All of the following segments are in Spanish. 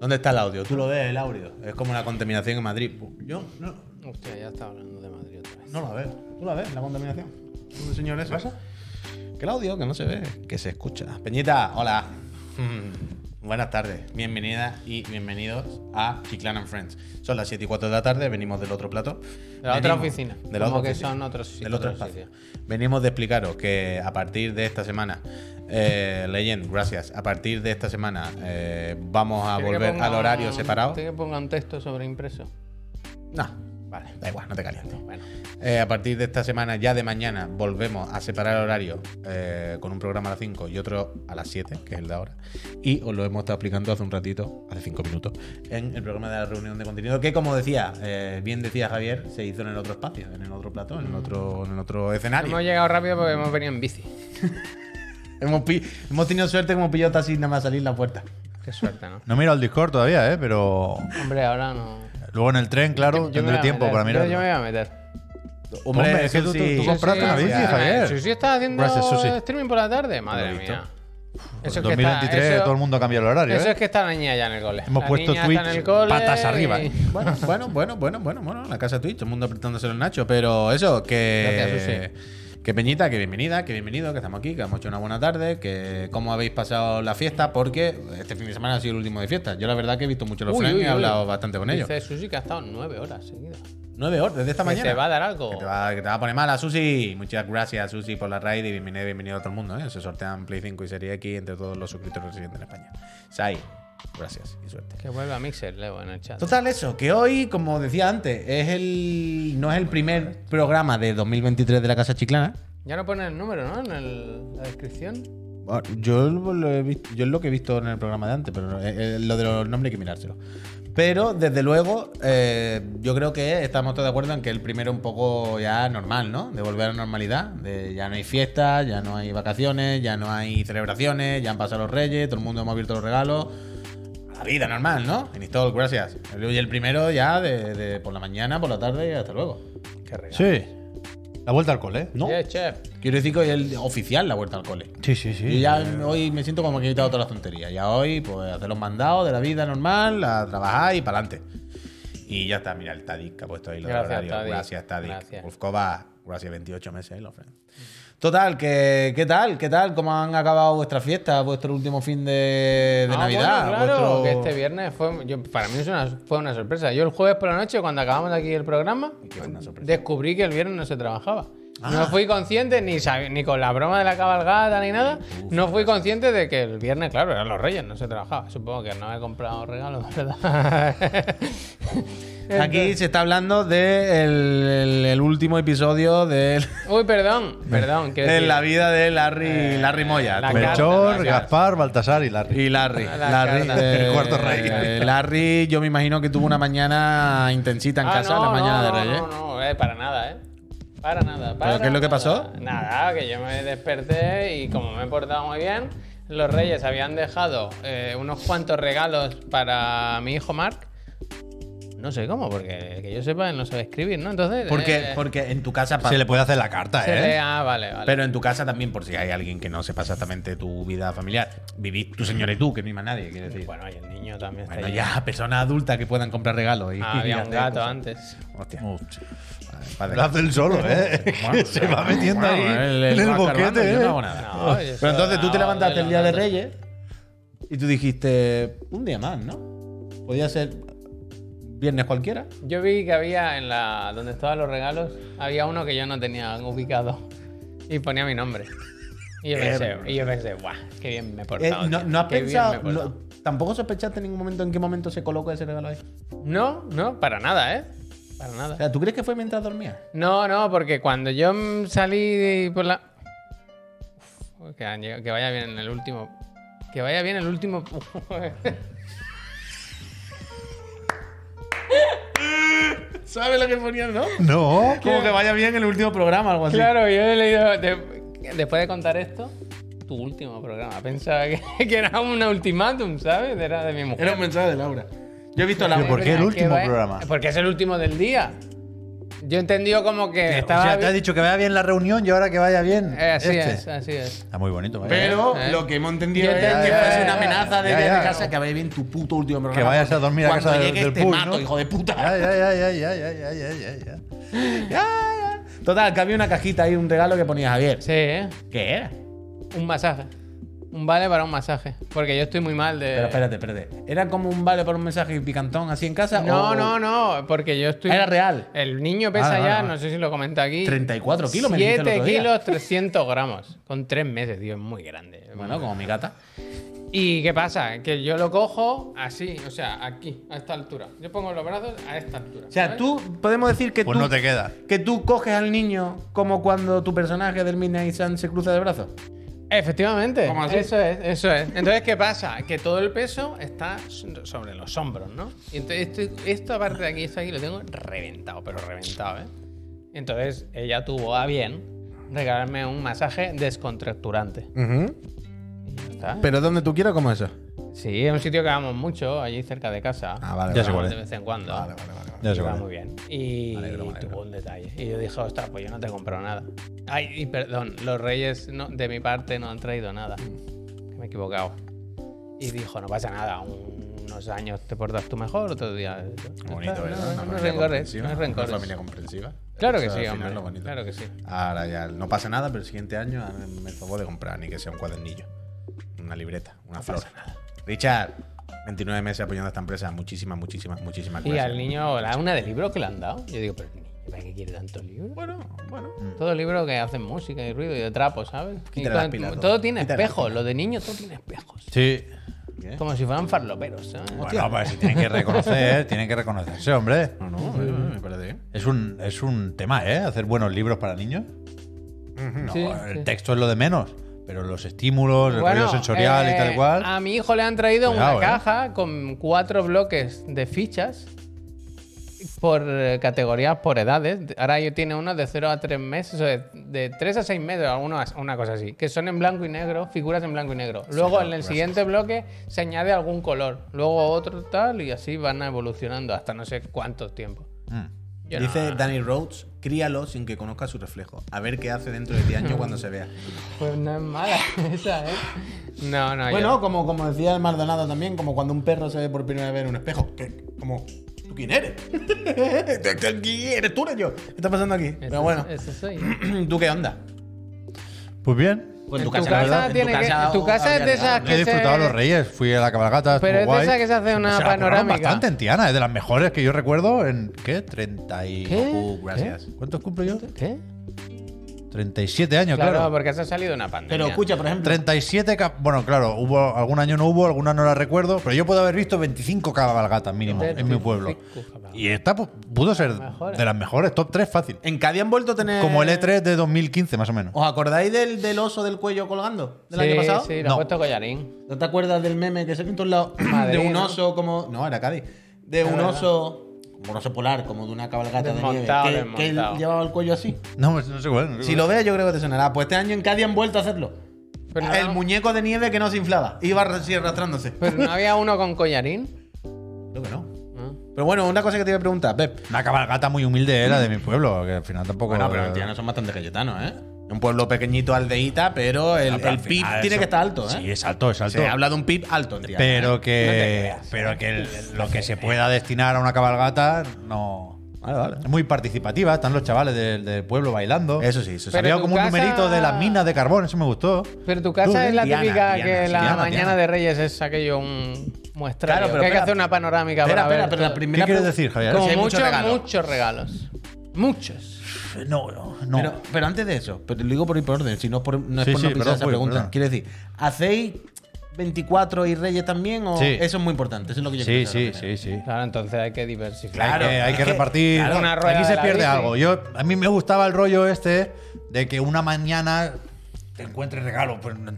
¿Dónde está el audio? Tú lo ves, el audio. Es como la contaminación en Madrid. Pues Yo no, Hostia, ya está hablando de Madrid otra vez. no la veo. ¿Tú la ves, la contaminación? ¿Un señor eso? ¿Pasa? Que el audio, que no se ve, que se escucha. Peñita, hola. Mm, Buenas tardes. Bienvenida y bienvenidos a Chiclan and Friends. Son las 7 y 4 de la tarde, venimos del otro plato. De la otra oficina. De la Como otra que oficina. son otros sitios, Del otro otros espacio. sitios. Venimos de explicaros que a partir de esta semana, eh, Legend, gracias. A partir de esta semana eh, vamos a ¿Quieres que volver ponga al horario un- separado. ¿Quieres que ponga un texto sobre impreso? No, Vale. da igual, no te calientes. Bueno. Eh, a partir de esta semana, ya de mañana, volvemos a separar horario eh, con un programa a las 5 y otro a las 7, que es el de ahora. Y os lo hemos estado explicando hace un ratito, hace 5 minutos, en el programa de la reunión de contenido, que como decía, eh, bien decía Javier, se hizo en el otro espacio, en el otro plató, en el otro, en el otro escenario. Hemos llegado rápido porque hemos venido en bici. Hemos, pi- hemos tenido suerte como pillado taxi nada más salir la puerta. Qué suerte, ¿no? No miro el Discord todavía, ¿eh? Pero Hombre, ahora no. luego en el tren, Yo me claro, voy tendré a tiempo meter, para yo- mirarlo. Yo me voy a meter. Hombre, es que eso tú- tú- sí. tú compraste Sí, una bici, gracias. Javier. Susi está haciendo Gracias, Susi. streaming por la tarde. Madre Lo he visto. mía. En Eso es que está- 2023 eso- todo el mundo ha cambiado el horario, Eso ¿eh? es que está la niña ya en el cole. Hemos La puesto niña está en el Twitch cole patas y- arriba. eh. Bueno, bueno, bueno, bueno, bueno, bueno, la casa Twitch, todo el mundo apretándose los nachos, pero eso, que. Gracias, que Peñita, que bienvenida, que bienvenido, que estamos aquí, que hemos hecho una buena tarde, que cómo habéis pasado la fiesta, porque este fin de semana ha sido el último de fiesta. Yo la verdad que he visto mucho los Uy, friends y uy, he uy. hablado bastante con ellos. Dice Susi que ha estado nueve horas seguidas. Nueve horas, desde esta Que mañana. te va a dar algo. Que te, va, que te va a poner mala, Susi. Muchas gracias, Susi, por la raid y bienvenido, bienvenido a todo el mundo. ¿eh? Se sortean Play 5 y Serie X entre todos los suscriptores residentes en España. Sai, gracias y suerte. Que vuelva a Mixer, Leo, en el chat. Total, eso, que hoy, como decía antes, es el no es el primer programa de 2023 de la Casa Chiclana. Ya no pone el número, ¿no? En el- la descripción. Bueno, Ah, yo, lo he visto- yo es lo que he visto en el programa de antes, pero eh, eh, lo de los nombres hay que mirárselo. Pero desde luego, eh, yo creo que estamos todos de acuerdo en que el primero un poco ya normal, ¿no? De volver a la normalidad. de ya no hay fiestas, ya no hay vacaciones, ya no hay celebraciones, ya han pasado los reyes, todo el mundo hemos abierto los regalos. A La vida normal, ¿no? En install, gracias. Y el primero ya de, de por la mañana, por la tarde y hasta luego. Qué regalo. Sí. La vuelta al cole. No. Yeah, chef. Quiero decir que hoy es el oficial la vuelta al cole. Sí, sí, Yo ya hoy me siento como que he quitado todas las tonterías. Ya hoy, pues, hacer los mandados de la vida normal, a trabajar y para adelante. Y ya está, mira, el Tadic que ha puesto ahí los Gracias, horarios. Tadic. Gracias, Tadic. Gracias. Ulfkova, gracias, 28 meses, eh, los friends. Total, que, ¿qué tal? ¿Qué tal? ¿Cómo han acabado vuestras fiestas? ¿Vuestro último fin de, de Ah, Navidad? bueno, claro, vuestro- que este viernes fue. yo- para mí es una- fue una sorpresa. Yo el jueves por la noche, cuando acabamos aquí el programa, que fue una sorpresa. descubrí que el viernes no se trabajaba. Ah. No fui consciente, ni, sabi- ni con la broma de la cabalgata ni nada, no fui consciente de que el viernes, claro, eran los Reyes, no se trabajaba. Supongo que no he comprado regalos, ¿verdad? Aquí este- se está hablando del de el- el- el último episodio del- Uy, perdón, perdón. de, quiero decir, eh, la vida de Larry, Larry Moya. la tu- cara- Melchor, Gracias. Gaspar, Baltasar y Larry. Y Larry. La Larry carta. eh, El cuarto rey. eh, Larry, yo me imagino que tuvo una mañana intensita en Ah, casa, no, la mañana no, de no, Reyes. No, no, eh, para nada, ¿eh? Para nada. Para qué es lo que nada. pasó? Nada, que yo me desperté y como me he portado muy bien, los Reyes habían dejado eh, unos cuantos regalos para mi hijo Mark. No sé cómo, porque que yo sepa, él no sabe escribir, ¿no? Entonces. Porque, eh, porque en tu casa. pa- Se le puede hacer la carta, se ¿eh? le- ah, vale, vale. Pero en tu casa también, por si hay alguien que no sepa exactamente tu vida familiar. Vivís tu señora y tú, que no hay más nadie, quiero decir. Bueno, bueno, y el niño también está ahí. ya, pues, personas adultas que puedan comprar regalos. Y, Ah, y había un hacer gato cosas. antes. Hostia. Hostia. Vale, padre. Lo hace él solo, ¿eh? Bueno, Se va metiendo bueno, ahí él- él en el va escarbando, boquete, yo ¿eh? no hago nada. No, yo Pero estaba- entonces tú te no, levantaste el día de delirando. Reyes y tú dijiste, un día más, ¿no? Podía ser viernes cualquiera. Yo vi que había en la donde estaban los regalos, había uno que yo no tenía ubicado y ponía mi nombre. Y yo pensé, y yo pensé, guau, qué bien me he Eh, portado. no, tío, no has qué bien pensado, me he portado". no- tampoco sospechaste en ningún momento en qué momento se colocó ese regalo ahí. No, no, para nada, ¿eh? Para O nada. sea, ¿tú crees que fue mientras dormías? No, no, porque cuando yo mm, salí por la Uf, que, han llegado- que vaya bien en el último que vaya bien el último ¿Sabes lo que ponían, no? No. Como que vaya bien el último programa, algo así. Claro, yo he leído. de- después de contar esto, tu último programa. Pensaba que, que era un ultimátum, ¿sabes? Era de mi mujer. Era un mensaje de Laura. Yo he visto a ¿Pero Laura. por qué el Que último va- ¿eh? programa? Porque es el último del día. Yo he entendido como que estaba. o sea, te has bien- dicho que vaya bien la reunión y ahora que vaya bien. Eh, así este. es, así es. Está muy bonito, vaya. Pero Eh. lo que hemos entendido Yo es entendí- que ya, fuese ya, una ya. amenaza de Ya, desde ya. casa que vaya bien tu puto último programa. Que vayas a dormir a Cuando casa del- llegues del te este Puy, mato, ¿no? hijo de puta. Ya, ya, ya, ya, ya, ya, ya, ya, ya, Ya, ya. ya. Total, que había una cajita ahí, un regalo que ponía Javier. Sí, ¿eh? ¿Qué era? Un masaje. Un vale para un masaje. Porque yo estoy muy mal de. Pero espérate, espérate. ¿Era como un vale para un mensaje picantón así en casa? No, o- no, no, porque yo estoy. Era real. El niño pesa Vale, vale, ya, vale. no sé si lo comenté aquí. 34 kilos, me dijiste el 7 otro día. kilos, 300 gramos. Con 3 meses, tío, es muy grande. Bueno, como mi gata. ¿Y qué pasa? Que yo lo cojo así, o sea, aquí, a esta altura. Yo pongo los brazos a esta altura. O sea, ¿sabes? tú podemos decir que Pues tú no te queda. que tú coges al niño como cuando tu personaje del Midnight Sun se cruza de brazos. Efectivamente. ¿Cómo así? Eso es, eso es. Entonces, ¿qué pasa? Que todo el peso está so- sobre los hombros, ¿no? Y entonces, esto, esto aparte de aquí, esto aquí lo tengo reventado, pero reventado, ¿eh? Entonces, ella tuvo a bien regalarme un masaje descontracturante. Y ya está. Pero donde tú quieras como eso. Sí, es un sitio que vamos mucho, allí cerca de casa. Ah, vale, Ya vale. sé cuál Vamos es. De vez en cuando. Vale, vale, vale. Ya sé cuál muy bien. Y tuvo un detalle. Y yo dije, ostras, pues yo no te he comprado nada. Ay, y perdón, los reyes no- de mi parte no han traído nada. Mm. Que me he equivocado. Y dijo, no pasa nada, un- unos años te portas tú mejor, otro día... Bonito, ¿verdad? No, No, Una no, familia rencores, comprensiva, no una rencores. familia comprensiva. Claro que Eso, al sí, final, hombre. lo bonito. Ah, Claro que sí. Ahora ya no pasa nada, pero el siguiente año hazme el favor de comprar, ni que sea un cuadernillo, una libreta, una flor. Richard, 29 meses apoyando a esta empresa. Muchísimas, muchísimas, muchísimas Y gracias. al niño, la una de libro que le han dado. Yo digo, pero niño, ¿para qué quiere tanto libro? Mm. Bueno, bueno. Todo libro que hacen música y ruido y de trapo, ¿sabes? Y Quítale las todo- pilas, todo, todo. tiene Quítale las espejos, lo de niños todo tiene espejos. Sí. ¿Qué? Como si fueran farloperos, ¿eh? ¿sabes? ¿Eh? Bueno, pues sí, tienen que reconocer, tienen que reconocerse, hombre. No, no, eh, me parece bien. Es un, es un tema, ¿eh? Hacer buenos libros para niños. No, Sí, el sí. texto es lo de menos, pero los estímulos, el ruido sensorial y eh, tal cual. A mi hijo le han traído Cuidado, una eh. caja con cuatro bloques de fichas por eh, categorías, por edades. Ahora yo tiene uno de 0 a 3 meses, o de, de 3 a 6 meses, alguno as- una cosa así, que son en blanco y negro, figuras en blanco y negro. Luego en el siguiente bloque se añade algún color, luego otro tal y así van evolucionando hasta no sé cuánto tiempo. Mm. Yo Dice no- Danny Rhodes, críalo sin que conozca su reflejo. A ver qué hace dentro de 10 años cuando se vea. Pues no es mala esa, ¿eh? No, no, yo- Bueno, como, como decía el Maldonado también, como cuando un perro se ve por primera vez en un espejo. Que, como, ¿tú quién eres? ¿Tú ¿Quién eres? ¿Tú eres yo? ¿Qué está pasando aquí? Ese- Pero bueno, ese soy. ¿tú qué onda? Pues bien. Pues En tu casa tiene que- tu casa es de esas He que se- disfrutado los reyes, fui a la cabalgata. Pero estuvo es de guay. esa que se hace una la curraron panorámica. bastante en Tiana, es de las mejores que yo recuerdo en. ¿Qué? 30 y. Uh, ¿Qué? gracias. ¿Cuántos cumplo yo? ¿Qué? 37 años, Claro, claro. porque se ha salido una pandemia. Pero escucha, por ejemplo, 37. ca- Bueno, claro, hubo algún año no hubo, alguna no la recuerdo, pero yo puedo haber visto 25 cabalgatas mínimo en mi pueblo. Y esta pu- pudo ser Mejores. de las mejores, top 3 fácil. en Cádiz han vuelto a tener. Como el E3 de 2015, más o menos. ¿Os acordáis del, del oso del cuello colgando? ¿Del sí, año pasado? Sí, le No. ha puesto collarín. ¿No te acuerdas del meme que se pintó en lado Madrid, de un ¿no? oso como. No, era Cádiz. De un verdad. oso. como Un oso polar, como de una cabalgata Desmontado, de nieve. que- Que, él desmontado. llevaba el cuello así. No, pues no sé cuál. no sé Si cuál. lo veas, yo creo que te sonará. Pues este año en Cádiz han vuelto a hacerlo. Pero no- el muñeco de nieve que no se inflaba. Iba así arrastrándose. Pero no había uno con collarín. Creo que no. ¿no? Pero bueno, una cosa que te iba a preguntar, Pep. Una cabalgata muy humilde era de mi pueblo, que al final tampoco. Bueno, pero en Tiana son bastante galletanos, ¿eh? Un pueblo pequeñito, aldeíta, pero el, No, pero el al PIB final tiene eso- que estar alto, ¿eh? Sí, es alto, es alto. Se habla de un PIB alto en ¿eh? Tiana. Pero que, pero que el- lo que se pueda destinar a una cabalgata no. Vale, vale. Es muy participativa, están los chavales del, del pueblo bailando. Eso sí, eso sí. Pero Había tu como un casa- numerito de las minas de carbón, eso me gustó. Pero tu casa Tú, es la Diana, típica Diana, que sí, la Diana, mañana Diana. de Reyes es aquello un muestrario. Claro, pero que hay que espera. hacer una panorámica Espera, para espera, ver pero la todo. primera ¿Qué quieres pre- decir, Javier? Como Como si hay mucho muchos, regalo. muchos regalos. Muchos. No, no, no. Pero, pero antes de eso, pero lo digo por ir por orden, si no, es por, no es Sí, por no sí, pisar perdón, esa voy, pregunta. perdón. Quiero decir, ¿hacéis 24 y Reyes también? O Sí. Eso es muy importante, eso es lo que yo sí, quiero saber sí, primero. sí, sí. Claro, entonces hay que diversificar. Claro, hay que, hay es que que- repartir. claro, una rueda Aquí de se la pierde bici. algo. Yo, a mí me gustaba el rollo este de que una mañana te encuentres regalo, pues, no-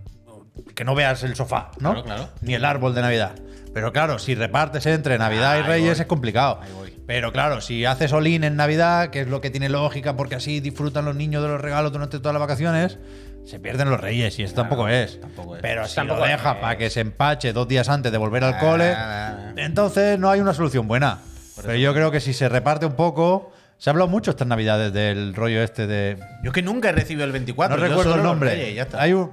que no veas el sofá, ¿no? Claro, claro. Ni el árbol de Navidad. Pero claro, si repartes entre Navidad y Ahí Reyes voy. es complicado. Ahí voy. Pero claro, si haces olín en Navidad, que es lo que tiene lógica, porque así disfrutan los niños de los regalos durante todas las vacaciones, se pierden los Reyes y eso tampoco es. tampoco es. Pero si Tampoco lo dejas es. para que se empache dos días antes de volver al cole, ah, ah. entonces no hay una solución buena. Pero yo creo que si se reparte un poco, Se ha hablado mucho estas navidades del rollo este de. Yo es que nunca he recibido el 24. no yo recuerdo solo el los nombre. Reyes, ya está. Hay un-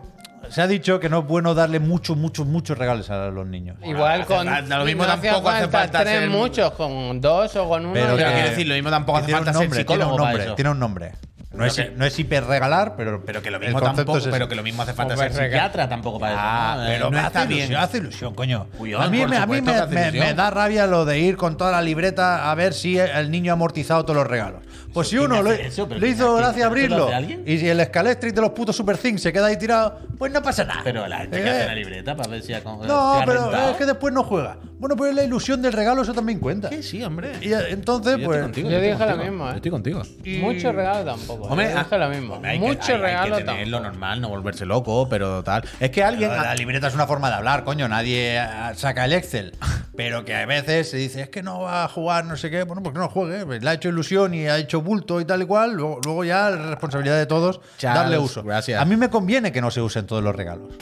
se ha dicho que no es bueno darle muchos, muchos, muchos regalos a los niños. Igual hace con. falta, lo mismo no hacía tampoco hace falta tres ser- muchos, con dos o con uno. Pero Pero ya. que- quiero decir, lo mismo tampoco hace Tiene un falta ser nombre, tiene psicólogo. un para nombre, eso. tiene un nombre. No Pero es, que- no es hiperregalar, pero, Pero que lo el mismo concepto tampoco, es ese. pero que lo mismo hace falta O ser perrega. psiquiatra tampoco para Ah, eso. ¿no? Eh, pero no hace está ilusión, bien. hace ilusión, coño. Cuyón, a mí, por me, a mí supuesto me- que hace me- ilusión. me da rabia lo de ir con toda la libreta a ver si el niño ha amortizado todos los regalos. Pues si ¿quién uno lo- hace eso? ¿Pero le quién- hizo quién- gracia pero eso lo abrirlo hace alguien? y si el escalestri de los putos Super Things se queda ahí tirado, pues no pasa nada. Pero la gente que Eh, hace la libreta para ver si ha con- No, si ha pero rentado. es que después no juega. Bueno, pero es la ilusión del regalo, eso también cuenta. Sí, sí, hombre. Y eh, entonces, estoy pues. contigo, yo estoy dije lo contigo. mismo, ¿eh? Yo estoy contigo. Mucho regalo tampoco. Hombre, ah, yo dije lo mismo. hombre, hay que- Mucho hay- hay regalo que tener lo tampoco. normal, no volverse loco, pero tal. Es que alguien. Pero La libreta es una forma de hablar, coño. Nadie ah, saca el Excel. Pero que a veces se dice, es que no va a jugar, no sé qué. Bueno, porque no juegue. Pues Le ha hecho ilusión y ha hecho bulto y tal y cual. Luego, luego ya la responsabilidad de todos Charles, darle uso. gracias. A mí me conviene que no se usen todos los regalos.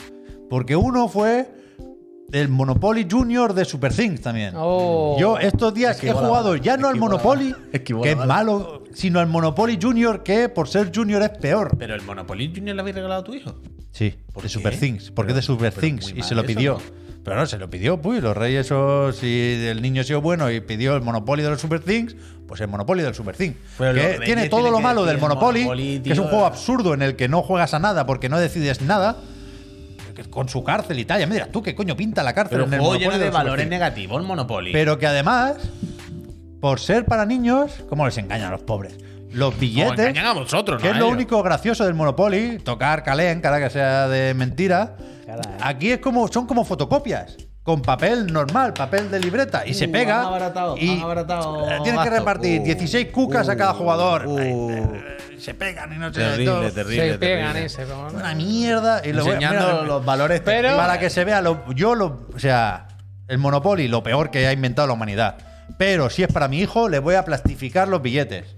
Porque uno fue el Monopoly Junior de Super Things también. Oh. Yo eh, estos días he Esquivo la jugado bala. ya no al Esquivo la Monopoly, bala. Esquivo la que es bala. malo, sino al Monopoly Junior, que por ser Junior es peor. Pero el Monopoly Junior le habéis regalado a tu hijo. Sí, ¿Por qué? de Super Things. Porque es de Super pero Things. muy Y mal se lo eso, pidió. ¿no? Pero no, se lo pidió, pues. Los reyes, o si el niño ha sido bueno y pidió el Monopoly de los Super Things, pues el Monopoly del Super Things. Pero los Que reyes tiene todo tienen lo que malo del decir el Monopoly, Monopoly, que es tío. un eh. juego absurdo en el que no juegas a nada porque no decides nada. que Con su cárcel y tal. Ya me dirás tú qué coño pinta la cárcel Pero en un el juego Monopoly lleno de del Super valores Things? negativos, el Monopoly. Pero que además, por ser para niños, ¿cómo les engañan a los pobres? Los Os billetes. engañan a vosotros, ¿no? Que a es lo ellos. único gracioso del Monopoly, tocar calé cara que sea de mentira. Cara, eh. Aquí es como, son como fotocopias, con papel normal, papel de libreta, y se Uh, pega. han abaratado, y han abaratado eh, Tienes que gasto. repartir Uh, 16 cucas a cada uh, jugador. uh. Ay, eh, se pegan y no se Terrible, todo. terrible. Se pegan terrible. ese, como no. Una mierda. Y lo voy a- Enseñando mira, los valores. Pero- para que se vea, lo, yo lo. O sea, el Monopoly, lo peor que ha inventado la humanidad. Pero si es para mi hijo, le voy a plastificar los billetes.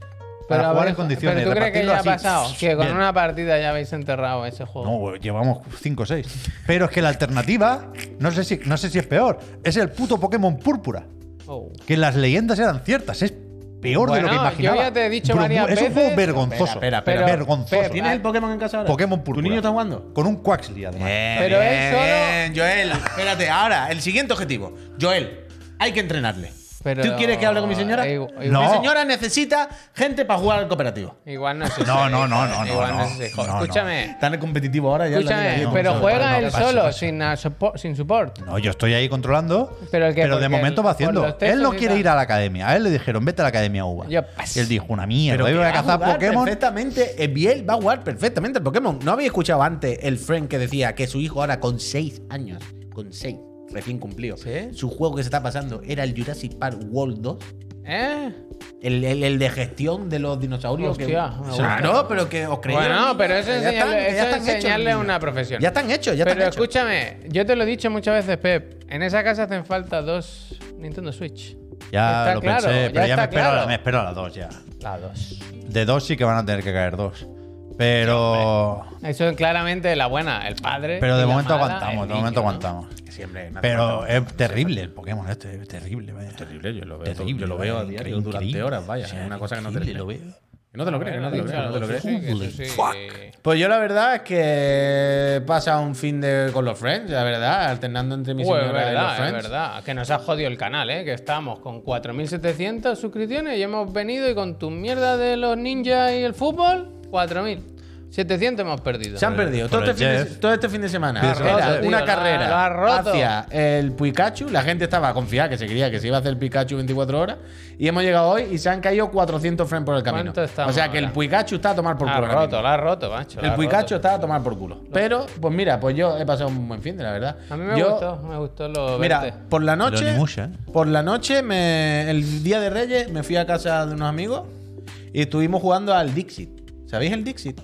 a Para jugar ver, en condiciones. ¿Pero tú crees que repartirlo ya ha así, pasado? Que con bien. una partida ya habéis enterrado ese juego. No, llevamos 5 o 6. Pero es que la alternativa, no sé, si, no sé si es peor, es el puto Pokémon Púrpura. Oh. Que las leyendas eran ciertas, es peor de Bueno, lo que yo imaginaba. ya te he dicho Pero varias mu- Es un juego veces- vergonzoso. Espera, espera, espera. vergonzoso. Pero- ¿Tienes el Pokémon en casa ahora? Pokémon Púrpura. ¿Tu niño está jugando? Eh, Con un Quaxly, además. Eh, Pero él bien, Joel, espérate, ahora, el siguiente objetivo. Joel, hay que entrenarle. Pero- ¿Tú quieres que hable con mi señora? Ey, ey, No. Mi señora necesita gente para jugar al cooperativo. Igual no es ese No, no, hijo, no, no, no, Igual no, es ese hijo. no, no. Escúchame. Tan competitivo ahora ya. en la Escúchame, liga, tío. pero no, juega no, él no, pasa, solo, pasa. sin, a supo- sin support. No, yo estoy ahí controlando. Pero Pero, el que- de porque momento el- va por los haciendo. textos Él no y quiere tal. ir a la academia. A él le dijeron, vete a la academia a UBA. Yo pues, paso. Él dijo, una mierda. Pero Yo que voy va a cazar jugar Pokémon. Perfectamente, eh, Biel va a jugar perfectamente al Pokémon. ¿No había escuchado antes el friend que decía que su hijo ahora con 6 años, con 6, recién cumplido, ¿Sí? su juego que se está pasando era el Jurassic Park World 2? ¿Eh? El, el- el de gestión de los dinosaurios. Hostia, me que, gusta. claro, pero que os creéis. Bueno, pero eso es Ya están- enseñarle, ya eso es están hechos, enseñarle niños. una profesión. Ya están hechos, ya están Pero hechos. escúchame, yo te lo he dicho muchas veces, Pep. En esa casa hacen falta dos Nintendo Switch. Ya Está lo claro, pensé, ya pero ya, está me, espero a la, claro. me espero a las dos ya. La dos. De dos sí que van a tener que caer dos. Pero. Eso es claramente la buena, el padre. Pero de la momento mala, aguantamos, el de momento niño, ¿no? aguantamos. Que siempre, nada Pero más. es terrible el Pokémon este, es terrible, vaya. terrible, yo lo veo. Terrible, yo lo veo a increíble, diario durante increíble. horas, vaya. O sea, es una cosa que no te increíble, lo veo. No te lo crees, que no te lo Bueno, crees, no te lo algo, crees. sí, sí, que Holy eso sí. Pues yo la verdad es que pasa un fin de con los friends, la verdad, alternando entre mis Pues es señora y los verdad, es friends. verdad. Que nos ha jodido el canal, ¿eh? Que estamos con 4.700 suscripciones y hemos venido y con tu mierda de los ninjas y el fútbol, 4.700 hemos perdido. Se han perdido todo Por este, el fin de, Jeff. todo este fin de semana. Lo has Era roto, tío, una lo ha- lo has carrera roto. hacia el Pikachu. La gente estaba confiada que se creía que se iba a hacer el Pikachu 24 horas. Y hemos llegado hoy y se han caído 400 frames por el camino. ¿Cuánto estamos O sea que el ahora? Pikachu está a tomar por La culo. has ahora roto, la has roto, macho. mismo. la El has Pikachu roto. está a tomar por culo. Pero, pues mira, pues yo he pasado un buen fin de la verdad. A mí me Yo- gustó, me gustó lo verte. Mira, por la noche. Pero ni mucha, ¿eh? Por la noche, me- el día de Reyes, me fui a casa de unos amigos y estuvimos jugando al Dixit. ¿Sabéis el Dixit?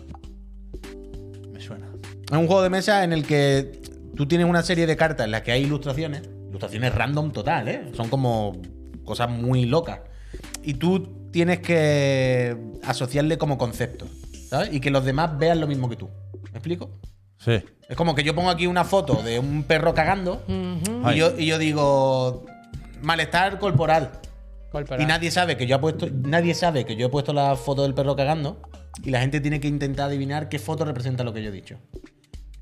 Me suena. Es un juego de mesa en el que tú tienes una serie de cartas en las que hay ilustraciones. Ilustraciones random total, ¿eh? Son como cosas muy locas. Y tú tienes que asociarle como conceptos, ¿sabes? Y que los demás vean lo mismo que tú. ¿Me explico? Sí. Es como que yo pongo aquí una foto de un perro cagando Ujú. y yo, y yo digo malestar corporal. ¿Cuál perro? Y nadie sabe que yo he puesto, nadie sabe que yo he puesto la foto del perro cagando y la gente tiene que intentar adivinar qué foto representa lo que yo he dicho.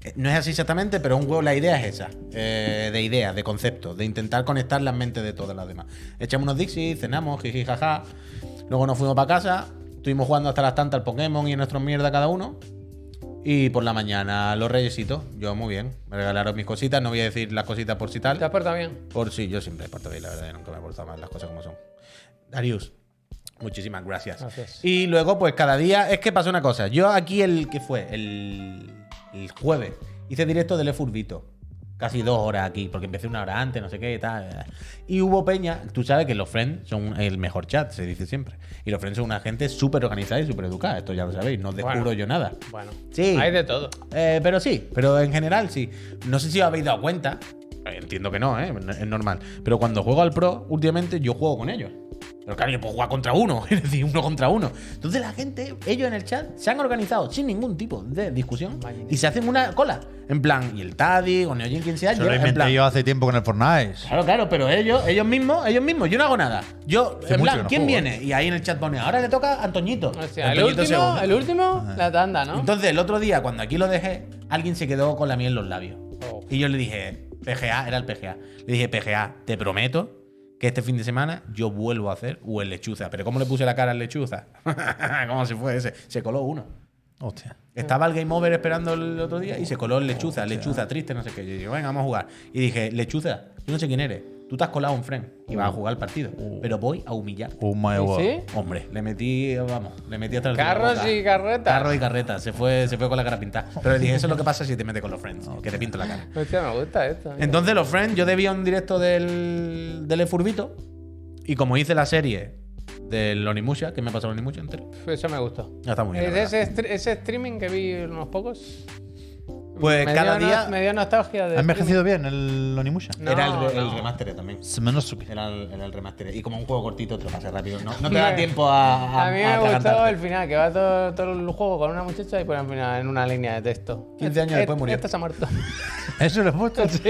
Eh, No es así exactamente, pero un huevo la idea es esa, eh, de ideas, de conceptos, de intentar conectar las mentes de todas las demás. Echamos unos Dixie, cenamos, jiji, jaja. Luego nos fuimos para casa, estuvimos jugando hasta las tantas al Pokémon y nuestros mierda cada uno. Y por la mañana los reyesitos, yo muy bien, me regalaron mis cositas, no voy a decir las cositas por si tal. ¿Te has portado bien? Por sí, yo siempre he portado bien, la verdad, yo nunca me he portado mal, las cosas como son. Darius, muchísimas gracias. Gracias. Y luego, pues cada día, es que pasó una cosa. Yo aquí el que fue, el, el jueves, hice directo del Efurbito. Casi dos horas aquí, porque empecé una hora antes, no sé qué, tal. eh. Y hubo Peña, tú sabes que los Friends son el mejor chat, se dice siempre. Y los Friends son una gente súper organizada y súper educada, esto ya lo sabéis, no os descubro Bueno. yo nada. Bueno, Sí. hay de todo. Eh, pero sí, pero en general sí. No sé si os habéis dado cuenta. Eh, Entiendo que no, ¿eh? es normal. Pero cuando juego al pro, últimamente yo juego con ellos. Pero claro, yo puedo jugar contra uno, es decir, uno contra uno. Entonces la gente, ellos en el chat, se han organizado sin ningún tipo de discusión Imagínate. y se hacen una cola. En plan, y el Tadi, o Neoyen, quien sea, Eso yo, lo en inventé plan, yo hace tiempo con el Fortnite. Claro, claro, pero ellos, ellos mismos, ellos mismos, yo no hago nada. Yo, Hace en mucho plan, que no ¿quién juego, eh. viene? Y ahí en el chat pone, ahora le toca a Antoñito. O sea, el Antoñito último, segundo. el último, la tanda, ¿no? Entonces, el otro día, cuando aquí lo dejé, alguien se quedó con la miel en los labios. Oh. Y yo le dije, PGA, era el PGA. Le dije, PGA, te prometo que este fin de semana yo vuelvo a hacer o el lechuza. Pero ¿cómo le puse la cara al lechuza? ¿Cómo se fue ese? Se coló uno. Hostia. Estaba el Game Over esperando el otro día y se coló el lechuza, lechuza triste, no sé qué. Yo dije, venga, vamos a jugar. Y dije, lechuza, yo no sé quién eres. Tú te has colado a un friend y Mm. vas a jugar el partido. Pero voy a humillar. Oh my ¿Y god. sí? Hombre, le metí, vamos, le metí hasta el Carros y carretas. Carro y carreta, se fue, se fue con la cara pintada. Pero le dije, eso es lo que pasa si te metes con los friends, que te pinto la cara. Hostia, me gusta esto. ¿eh? Entonces, los friends, yo debía un directo del, del Efurbito. Y como hice la serie del Onimusha, que me ha pasado el Onimusha entero, Eso me gustó. ya está muy bien. la Es verdad. ese, stre- ese streaming que vi unos pocos. Pues me cada dio no- día me dio nostalgia de. ¿Ha envejecido bien el Onimusha? No, era el, re- el no. remaster también. Semenosuke. Era el, era el remaster. Y como un juego cortito, te lo pasas rápido. No, no te da tiempo a. a- A mí a me gustó atragantarte. el final, que va todo, todo el juego con una muchacha y pone al final en una línea de texto. 15 años Et- después murió. Esta se ha muerto. Eso lo he puesto. sí.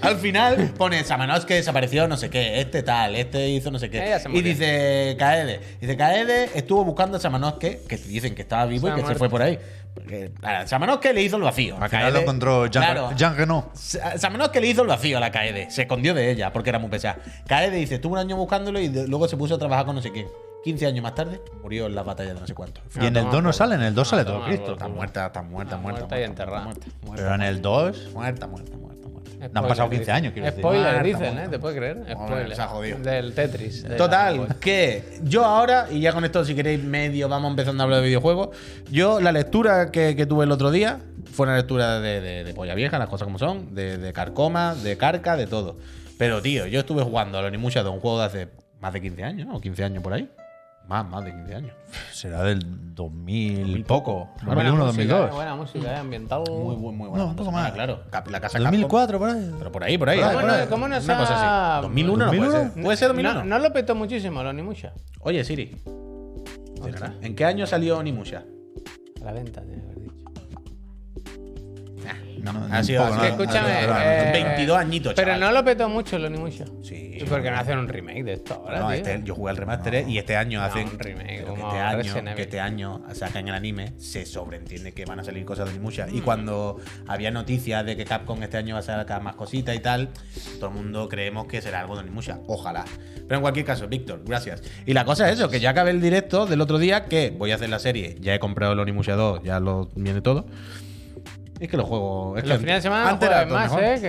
Al final pone Samanos que desapareció, no sé qué, este tal, este hizo no sé qué. Ella se Y murió. dice Kaede. Dice Kaede estuvo buscando a Samanosuke, que dicen que estaba vivo Se y ha que se muerto. fue por ahí. Porque a Samanosuke le hizo el vacío. A Al final lo Kaede- encontró Jean, Claro. Jean Reno. Sa- Samanosuke le hizo el vacío a la Kaede. Se escondió de ella porque era muy pesada. Kaede dice, estuvo un año buscándolo y de- luego se puso a trabajar con no sé quién. 15 años más tarde, murió en las batallas de no sé cuánto. Y en el 2 no sale, en el 2 sale todo toma, Cristo. Está muerta, está muerta, muerta. Está Ah, muerta y muerta, enterrada. Muerta, muerta, Pero en el 2. muerta, muerta, muerta, muerta. No han pasado 15 años, quiero decir. Ah, Marta, Spoiler, dicen, Marta. ¿eh? ¿Te puedes creer? Spoiler. se ha jodido. Del Tetris. de la- Total, que yo ahora, y ya con esto, si queréis, medio vamos empezando a hablar de videojuegos. Yo, la lectura que, que tuve el otro día fue una lectura de, de- de polla vieja, las cosas como son, de, de carcoma, de carca, de todo. Pero, tío, yo estuve jugando a Onimusha de un juego de hace más de 15 años, ¿no? O 15 años por ahí. Más, más de 15 años. Será del 2000 Mil y poco. Buena 2001, música, 2002. eh, Buena música, eh, ambiental. Muy, muy, muy bueno. No, un poco más. Ah, Claro, Cap- la casa Capcom. 2004, por ahí. Pero por ahí, por ahí. ¿Cómo por no- ahí. cómo no se Una cosa ha- así. 2001 no puede ser. ¿2001? ¿Puede ser No, 2001? no lo petó muchísimo, lo ni mucha. Oye, Siri. Será. ¿En qué año salió Onimusha? A la venta, tiene que haber dicho. No, No, ha sido tampoco, ha sido- no, Escúchame. ha sido- eh, 22 añitos, Pero chaval. no lo petó mucho, lo ni mucha. Sí. ¿Y por qué no hacen un remake de esto ahora? No, tío? este- yo jugué al remaster y este año hacen un remake, pero que como este año, Resident que Evil. este año sacan el anime, se sobreentiende que van a salir cosas de muchas. Mm. Y cuando había noticias de que Capcom este año va a sacar más cositas y tal, todo el mundo creemos que será algo de Nimusha. Ojalá. Pero en cualquier caso, Víctor, gracias. Y la cosa es eso, que ya acabé el directo del otro día, que voy a hacer la serie, ya he comprado el Onimusha 2, ya lo viene todo. Es que lo juego. Es que Los fines de semana antes este antes era todo mejor. más, ¿eh?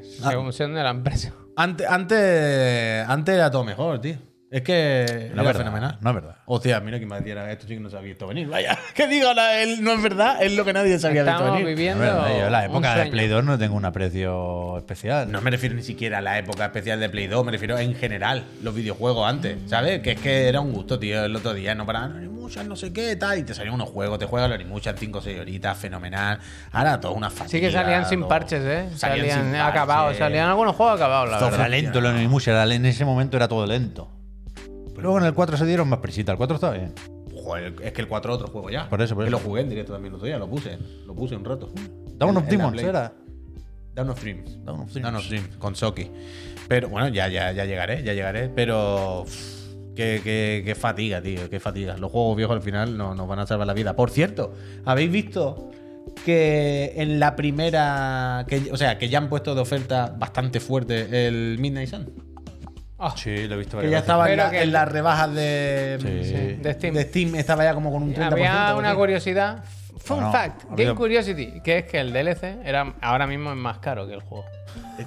Que según siendo de la empresa. Antes, antes, antes era todo mejor, tío. Es que No era es verdad. fenomenal. No es verdad. Hostia, mira que me diera esto sí que no se había visto venir. Vaya, que digo ahora, él no es verdad, es lo que nadie se había visto Estamos venir. No es viviendo. verdad, yo la un época de sueño. Play 2 no tengo un aprecio especial. No me refiero ni siquiera a la época especial de Play 2, me refiero en general, los videojuegos antes, ¿sabes? Que es que era un gusto, tío, el otro día, no paraban ni muchas, no sé qué, tal, y te salían unos juegos, te juegas los muchas 5 o 6 horitas, fenomenal. Ahora todo una fatiga. Sí que salían sin todo. parches, ¿eh? Salían, Salían, sin acabados. parches. Salían algunos juegos acabados, la Todo verdad. Era Hostia. lento el Onimusha, era- en ese momento era todo lento. Luego en el 4 se dieron más prisita, el 4 estaba bien. Joder, es que el 4 otro juego ya. Por eso, por Que eso. lo jugué en directo también el otro día, lo puse, lo puse un rato. Dawn En- of en la Demons Play. era. Down of Dreams. Dawn of Dreams. Dawn of Dreams, con Soki. Pero bueno, ya, ya, ya llegaré, ya llegaré. Pero. uff, Qué, qué- qué fatiga, tío, qué fatiga. Los juegos viejos al final no, nos van a salvar la vida. Por cierto, ¿habéis visto que en la primera. que- o sea, que ya han puesto de oferta bastante fuerte el Midnight Sun? Ah, Sí, lo he visto Que ya estaba en, Pero la- que- en las rebajas de, Sí. De Steam. estaba ya como con un 30%. Había o una así. curiosidad. Fun Bueno, fact, había- Game Curiosity, que es que el DLC era ahora mismo es más caro que el juego.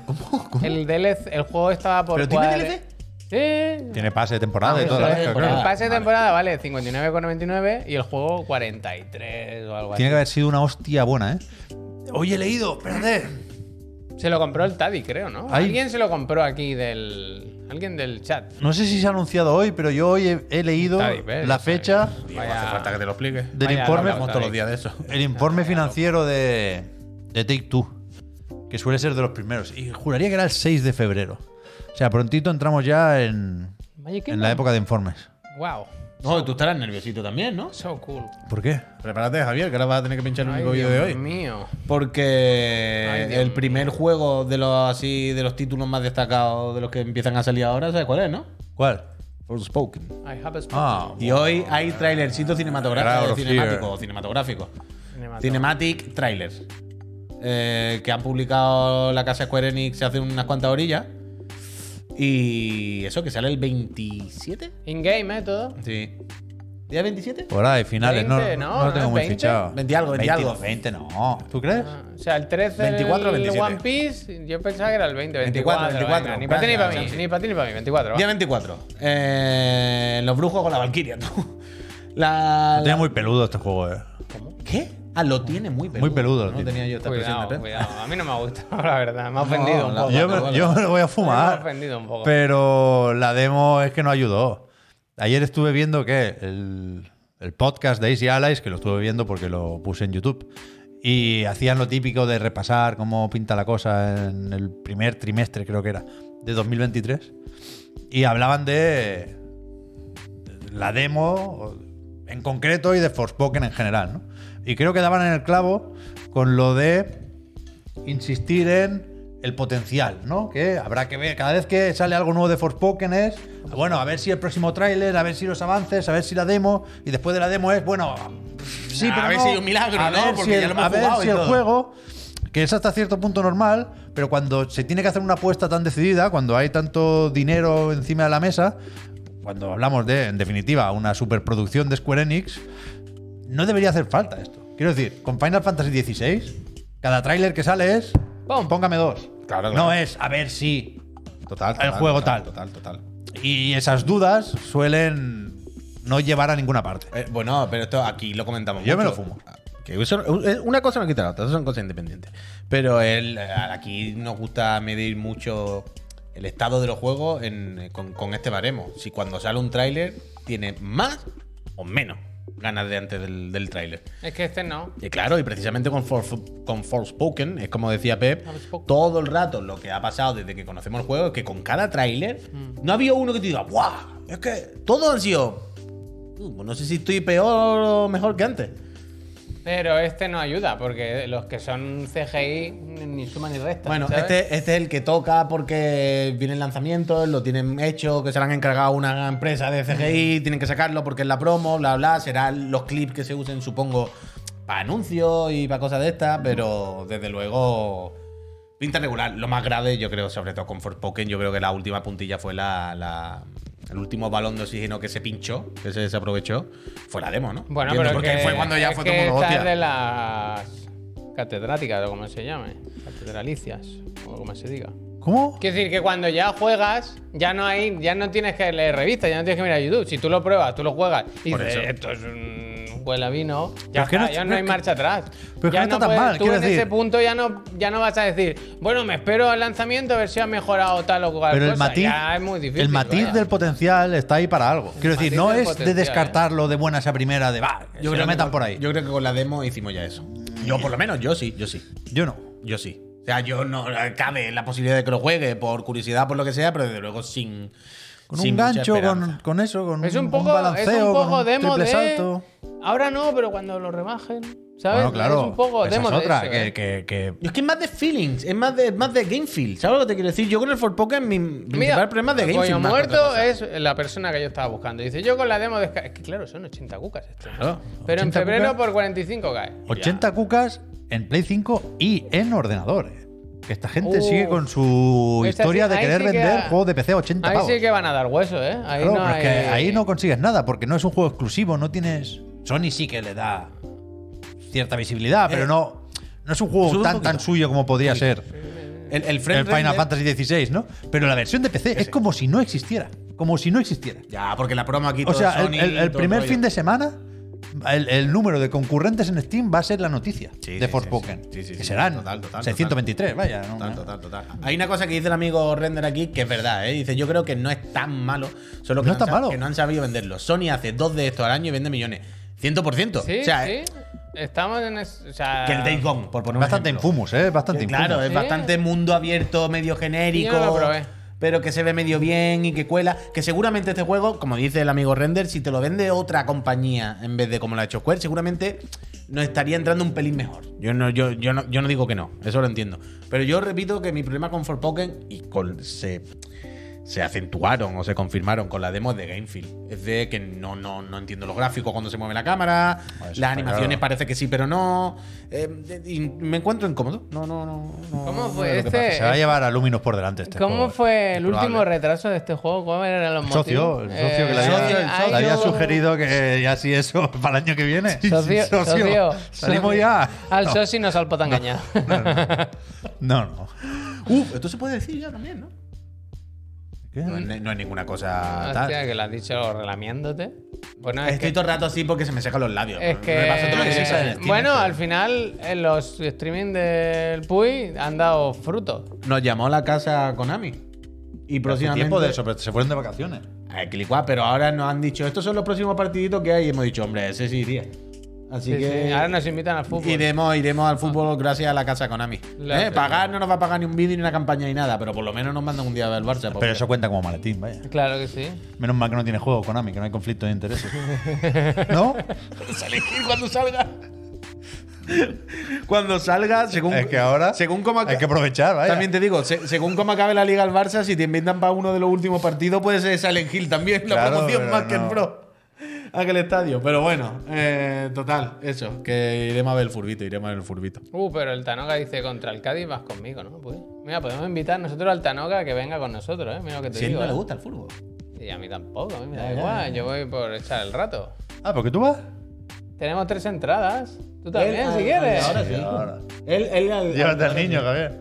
¿Cómo? ¿Cómo? El DLC, el juego estaba por. ¿Pero tiene cuadre- DLC? Sí. Tiene pase de temporada y Ah, todo. eso ¿eh? es, Claro. temporada. el pase de temporada vale 59,99 y el juego 43 o algo así. Tiene que haber sido una hostia buena, ¿eh? Oye, he leído, espérate. Se lo compró el Taddy, creo, ¿no? Ahí. Alguien se lo compró aquí del. Alguien del chat. No sé si se ha anunciado hoy, pero yo hoy he, he leído Está bien, ¿ves? la fecha Tío, hace falta que te lo explique. del Vaya, informe, hablamos todos los días de eso. el informe financiero de, de Take Two, que suele ser de los primeros. Y juraría que era el 6 de febrero. O sea, prontito entramos ya en, Magic en la época de informes. Wow. No, tú estarás nerviosito también, ¿no? So cool. ¿Por qué? Prepárate, Javier, que ahora vas a tener que pinchar el Ay, único vídeo de Dios hoy. mío. Porque Ay, Dios el primer juego de los así de los títulos más destacados de los que empiezan a salir ahora, ¿sabes cuál es, no? ¿Cuál? Forspoken. I have a Ah, Y hoy hay trailercitos Proud cinematográficos, of cinemáticos, cinematográficos. spoken. Cinematic trailers. eh, que han publicado la casa Square Enix hace unas cuantas orillas. Y eso, que sale el 27. In-game, ¿eh? Todo. Sí. ¿Día 27? Por ahí, finales. no- 20, no, no, lo tengo muy 20. fichado. 20 algo, 20 algo. 20 no. ¿Tú crees? Ah, O sea, el 13 24 o el 27. One Piece, yo pensaba que era el 20, 24. 24, venga, ni para ti ni para mí, gracias. ni para ti ni para mí, 24. va. Día 24. Eh, los brujos con la Valkyria, tú. La, Lo la- tenía muy peludo este juego, eh. ¿Qué? Ah, lo tiene muy peludo. Muy peludo lo No tiene. tenía yo esta ¿eh? Cuidado, presión de prensa. cuidado. A mí no me ha gustado, la verdad. Me ha ofendido un la- poco. Yo vale, me, vale. yo me lo voy Me a ha fumar. ofendido un poco. Pero la demo es que no ayudó. Ayer estuve viendo que el, el podcast de Easy Allies, que lo estuve viendo porque lo puse en YouTube, y hacían lo típico de repasar cómo pinta la cosa en el primer trimestre, creo que era, de 2023. Y hablaban de la demo en concreto y de Forspoken en general. ¿no? Y creo que daban en el clavo con lo de insistir en el potencial, ¿no? Que habrá que ver, cada vez que sale algo nuevo de Forspoken es, bueno, a ver si el próximo tráiler, a ver si los avances, a ver si la demo, y después de la demo es, bueno, sí, A pero ver no, si hay un milagro, a ¿no? ver Porque si el, ya lo hemos a ver jugado si y el todo. juego, que es hasta cierto punto normal, pero cuando se tiene que hacer una apuesta tan decidida, cuando hay tanto dinero encima de la mesa, cuando hablamos de, en definitiva, una superproducción de Square Enix, no debería hacer falta esto. Quiero decir, con Final Fantasy XVI, cada tráiler que sale es. ¡Pum! Póngame dos. Claro, claro. No es a ver si. Total, El juego tal. Total, total. Y esas dudas suelen no llevar a ninguna parte. Eh, bueno, pero esto aquí lo comentamos. Yo me mucho. lo fumo. Que eso- eh, una cosa no quita la otra, eso son cosas independientes. Pero el, eh, aquí nos gusta medir mucho el estado de los juegos en- eh, con, con este baremo. Si cuando sale un tráiler tiene más o menos ganas de antes del, del tráiler. Es que este no. Y claro, y precisamente con, For- con Forspoken, es como decía Pep, Forspoken. todo el rato lo que ha pasado desde que conocemos el juego es que con cada tráiler no había uno que te diga, ¡guau! Es que todos han sido. "Uh, No sé si estoy peor o mejor que antes. Pero este no ayuda, porque los que son CGI ni suman ni restan. Bueno, ¿sabes? este, este es el que toca porque viene el lanzamiento, lo tienen hecho, que se lo han encargado una empresa de Mm. CGI, tienen que sacarlo porque es la promo, bla, bla. Serán los clips que se usen, supongo, para anuncios y para cosas de estas, pero desde luego pinta regular. Lo más grave, yo creo, sobre todo con Forspoken, yo creo que la última puntilla fue la, la- el último balón de oxígeno que se pinchó, que se desaprovechó, fue la demo, ¿no? Bueno, Entiendo, pero porque que- fue cuando ya es fue que todo el mundo, esta es hostia. de las catedráticas, o como se llame. Catedralicias, o como se diga. ¿Cómo? Quiero decir que cuando ya juegas, ya no hay, ya no tienes que leer revistas, ya no tienes que mirar YouTube. Si tú lo pruebas, tú lo juegas y Por dices, eso. esto es un huele a vino, Pero ya, es que está, no- ya no pero hay es que- marcha atrás. pero es que Ya no está tan puedes- mal, tú quiero en decir. ese punto ya no, ya no vas a decir, bueno, me espero al lanzamiento a ver si ha mejorado tal o cual Pero el cosa". matiz, Ya pues es muy difícil. el matiz vaya. del potencial está ahí para algo. Quiero decir, matiz no del es de potencial, ¿eh? descartarlo de buenas a primera, de va, que se lo que metan con- por ahí. Yo, Yo creo que con la demo hicimos ya eso. Yo, por lo menos, yo sí, yo sí. no. Yo eh, sí. O sea, yo no cabe la posibilidad de que lo juegue por curiosidad, por lo que sea, pero desde luego sin, Con Sin un mucha gancho, con, esperanza. con eso, con Es un poco, balanceo, es un con poco demo triple de. salto. Ahora no, pero cuando lo rebajen. ¿Sabes? Bueno, claro. Es un poco esa demo es otra, de. eso, que, ¿eh? que- que- Es que es más de feelings, es más de, más de game feel. ¿Sabes lo que te quiero decir? Yo con el For Pokémon, mi principal problema es de game Coño feel. más que otra Muerto es la persona que yo estaba buscando. Dice, yo con la demo de... Es que claro, son 80 cucas eh. esto. Claro, Pero en 80 febrero cucas. por 45 cae. 80 cucas en Play 5 y en ordenadores. Que esta gente Uh. sigue con su Esta historia sí- de ahí querer sí que vender ha- juegos de PC a 80 Ahí pavos. sí que van a dar hueso, ¿eh? Ahí Claro, no pero es que hay- ahí no consigues nada porque no es un juego exclusivo, no tienes. Sony sí que le da cierta visibilidad, Eh. pero no, no es un sube juego un tan, poquito. tan suyo como podría ser cosa. El, el frame el Final render- Fantasy XVI, ¿no? Pero la versión de PC es como si no existiera. Como si no existiera. Ya, porque la promo aquí O todo sea, el, Sony, el- el todo primer rollo. fin de semana, el, el número de concurrentes en Steam va a ser la noticia Sí, de sí, Forspoken. sí, sí. Sí, sí, que sí. serán Total, total, 623, vaya. ¿no? Total, total, total. Hay una cosa que dice el amigo Render aquí que es verdad, ¿eh? Dice, yo creo que no es tan malo, solo que No es tan han sab- malo. que no han sabido venderlo. Sony hace dos de estos al año y vende millones. 100%. Sí, o sea, eh, sí. Estamos en... es- o sea, que el Days Gone, por poner un Bastante ejemplo. infumus, ¿eh? Bastante Que Claro, infumus. es Sí. bastante mundo abierto, medio genérico. Yo no lo probé. Pero que se ve medio bien y que cuela. Que seguramente este juego, como dice el amigo Render, si te lo vende otra compañía en vez de como lo ha hecho Square, seguramente nos estaría entrando un pelín mejor. Yo no, yo, yo no, yo no digo que no, eso lo entiendo. Pero yo repito que mi problema con Forpoken y con se, se acentuaron o se confirmaron con la demo de Gamefield. Es de que no, no, no entiendo los gráficos cuando se mueve la cámara, Bueno, eso las está animaciones claro. parece que sí, pero no. eh, y me encuentro incómodo. No, no, no. no ¿Cómo no fue veo lo que este? Se va a llevar a Luminos por delante este ¿Cómo juego, fue es el probable. último retraso de este juego? ¿Cuáles eran los El socio, el motivos? socio que le Eh, había, ay, le había yo- sugerido que ya si eso para el año que viene. Socio, socio, salimos socio. ya. Al No, socio nos al potangañado. No, no. pasa. Uf, esto se puede decir ya también, ¿no? No, es- no es ninguna Ah, cosa tal. Hostia, que lo has dicho relamiéndote. Bueno, Este es Estoy que todo el rato así porque se me secan los labios. Es que. Me pasa todo lo que se pasa en el Steam, bueno, eso. al final, en los streaming del Puy han dado fruto. Nos llamó la casa Konami. Y Hace próximamente. tiempo de eso, pero se fueron de vacaciones. Eh, clicuá, pero ahora nos han dicho, estos son los próximos partiditos que hay. Y hemos dicho, hombre, ese sí iría. Así Sí, que. sí, Ahora nos invitan al fútbol. Iremos, iremos al fútbol gracias a la casa Konami. La- Eh, Pagar no nos va a pagar ni un vídeo, ni una campaña, ni nada, pero por lo menos nos mandan un día a ver el Barça. Pero porque- eso cuenta como maletín, vaya. Claro que sí. Menos mal que no tiene juego Konami, que no hay conflicto de intereses. ¿No? Salir cuando salga. cuando salga, según. Es que ahora Según cómo aca- hay que aprovechar, vaya. También te digo, se- según cómo acabe la liga al Barça, si te invitan para uno de los últimos partidos, puede ser Silent Hill también, la Claro, promoción pero más que el no. pro. Aquel estadio. Pero bueno, eh, total, eso. Que iremos a ver el furbito, iremos a ver el furbito. Uh, pero el Tanoga dice: contra el Cádiz vas conmigo, ¿no? Puy? Mira, podemos invitar nosotros al Tanoga que venga con nosotros, ¿eh? Mira lo que te Si a él digo. no le ¿eh? gusta el fútbol. Y a mí tampoco, a mí me Ya, da ya, igual. Yo voy por echar el rato. Ah, porque tú vas. Tenemos tres entradas. Tú también, Él, si ah, quieres. ahora sí. Sí, ahora. Él, él, al- Llévate al- al niño, Javier.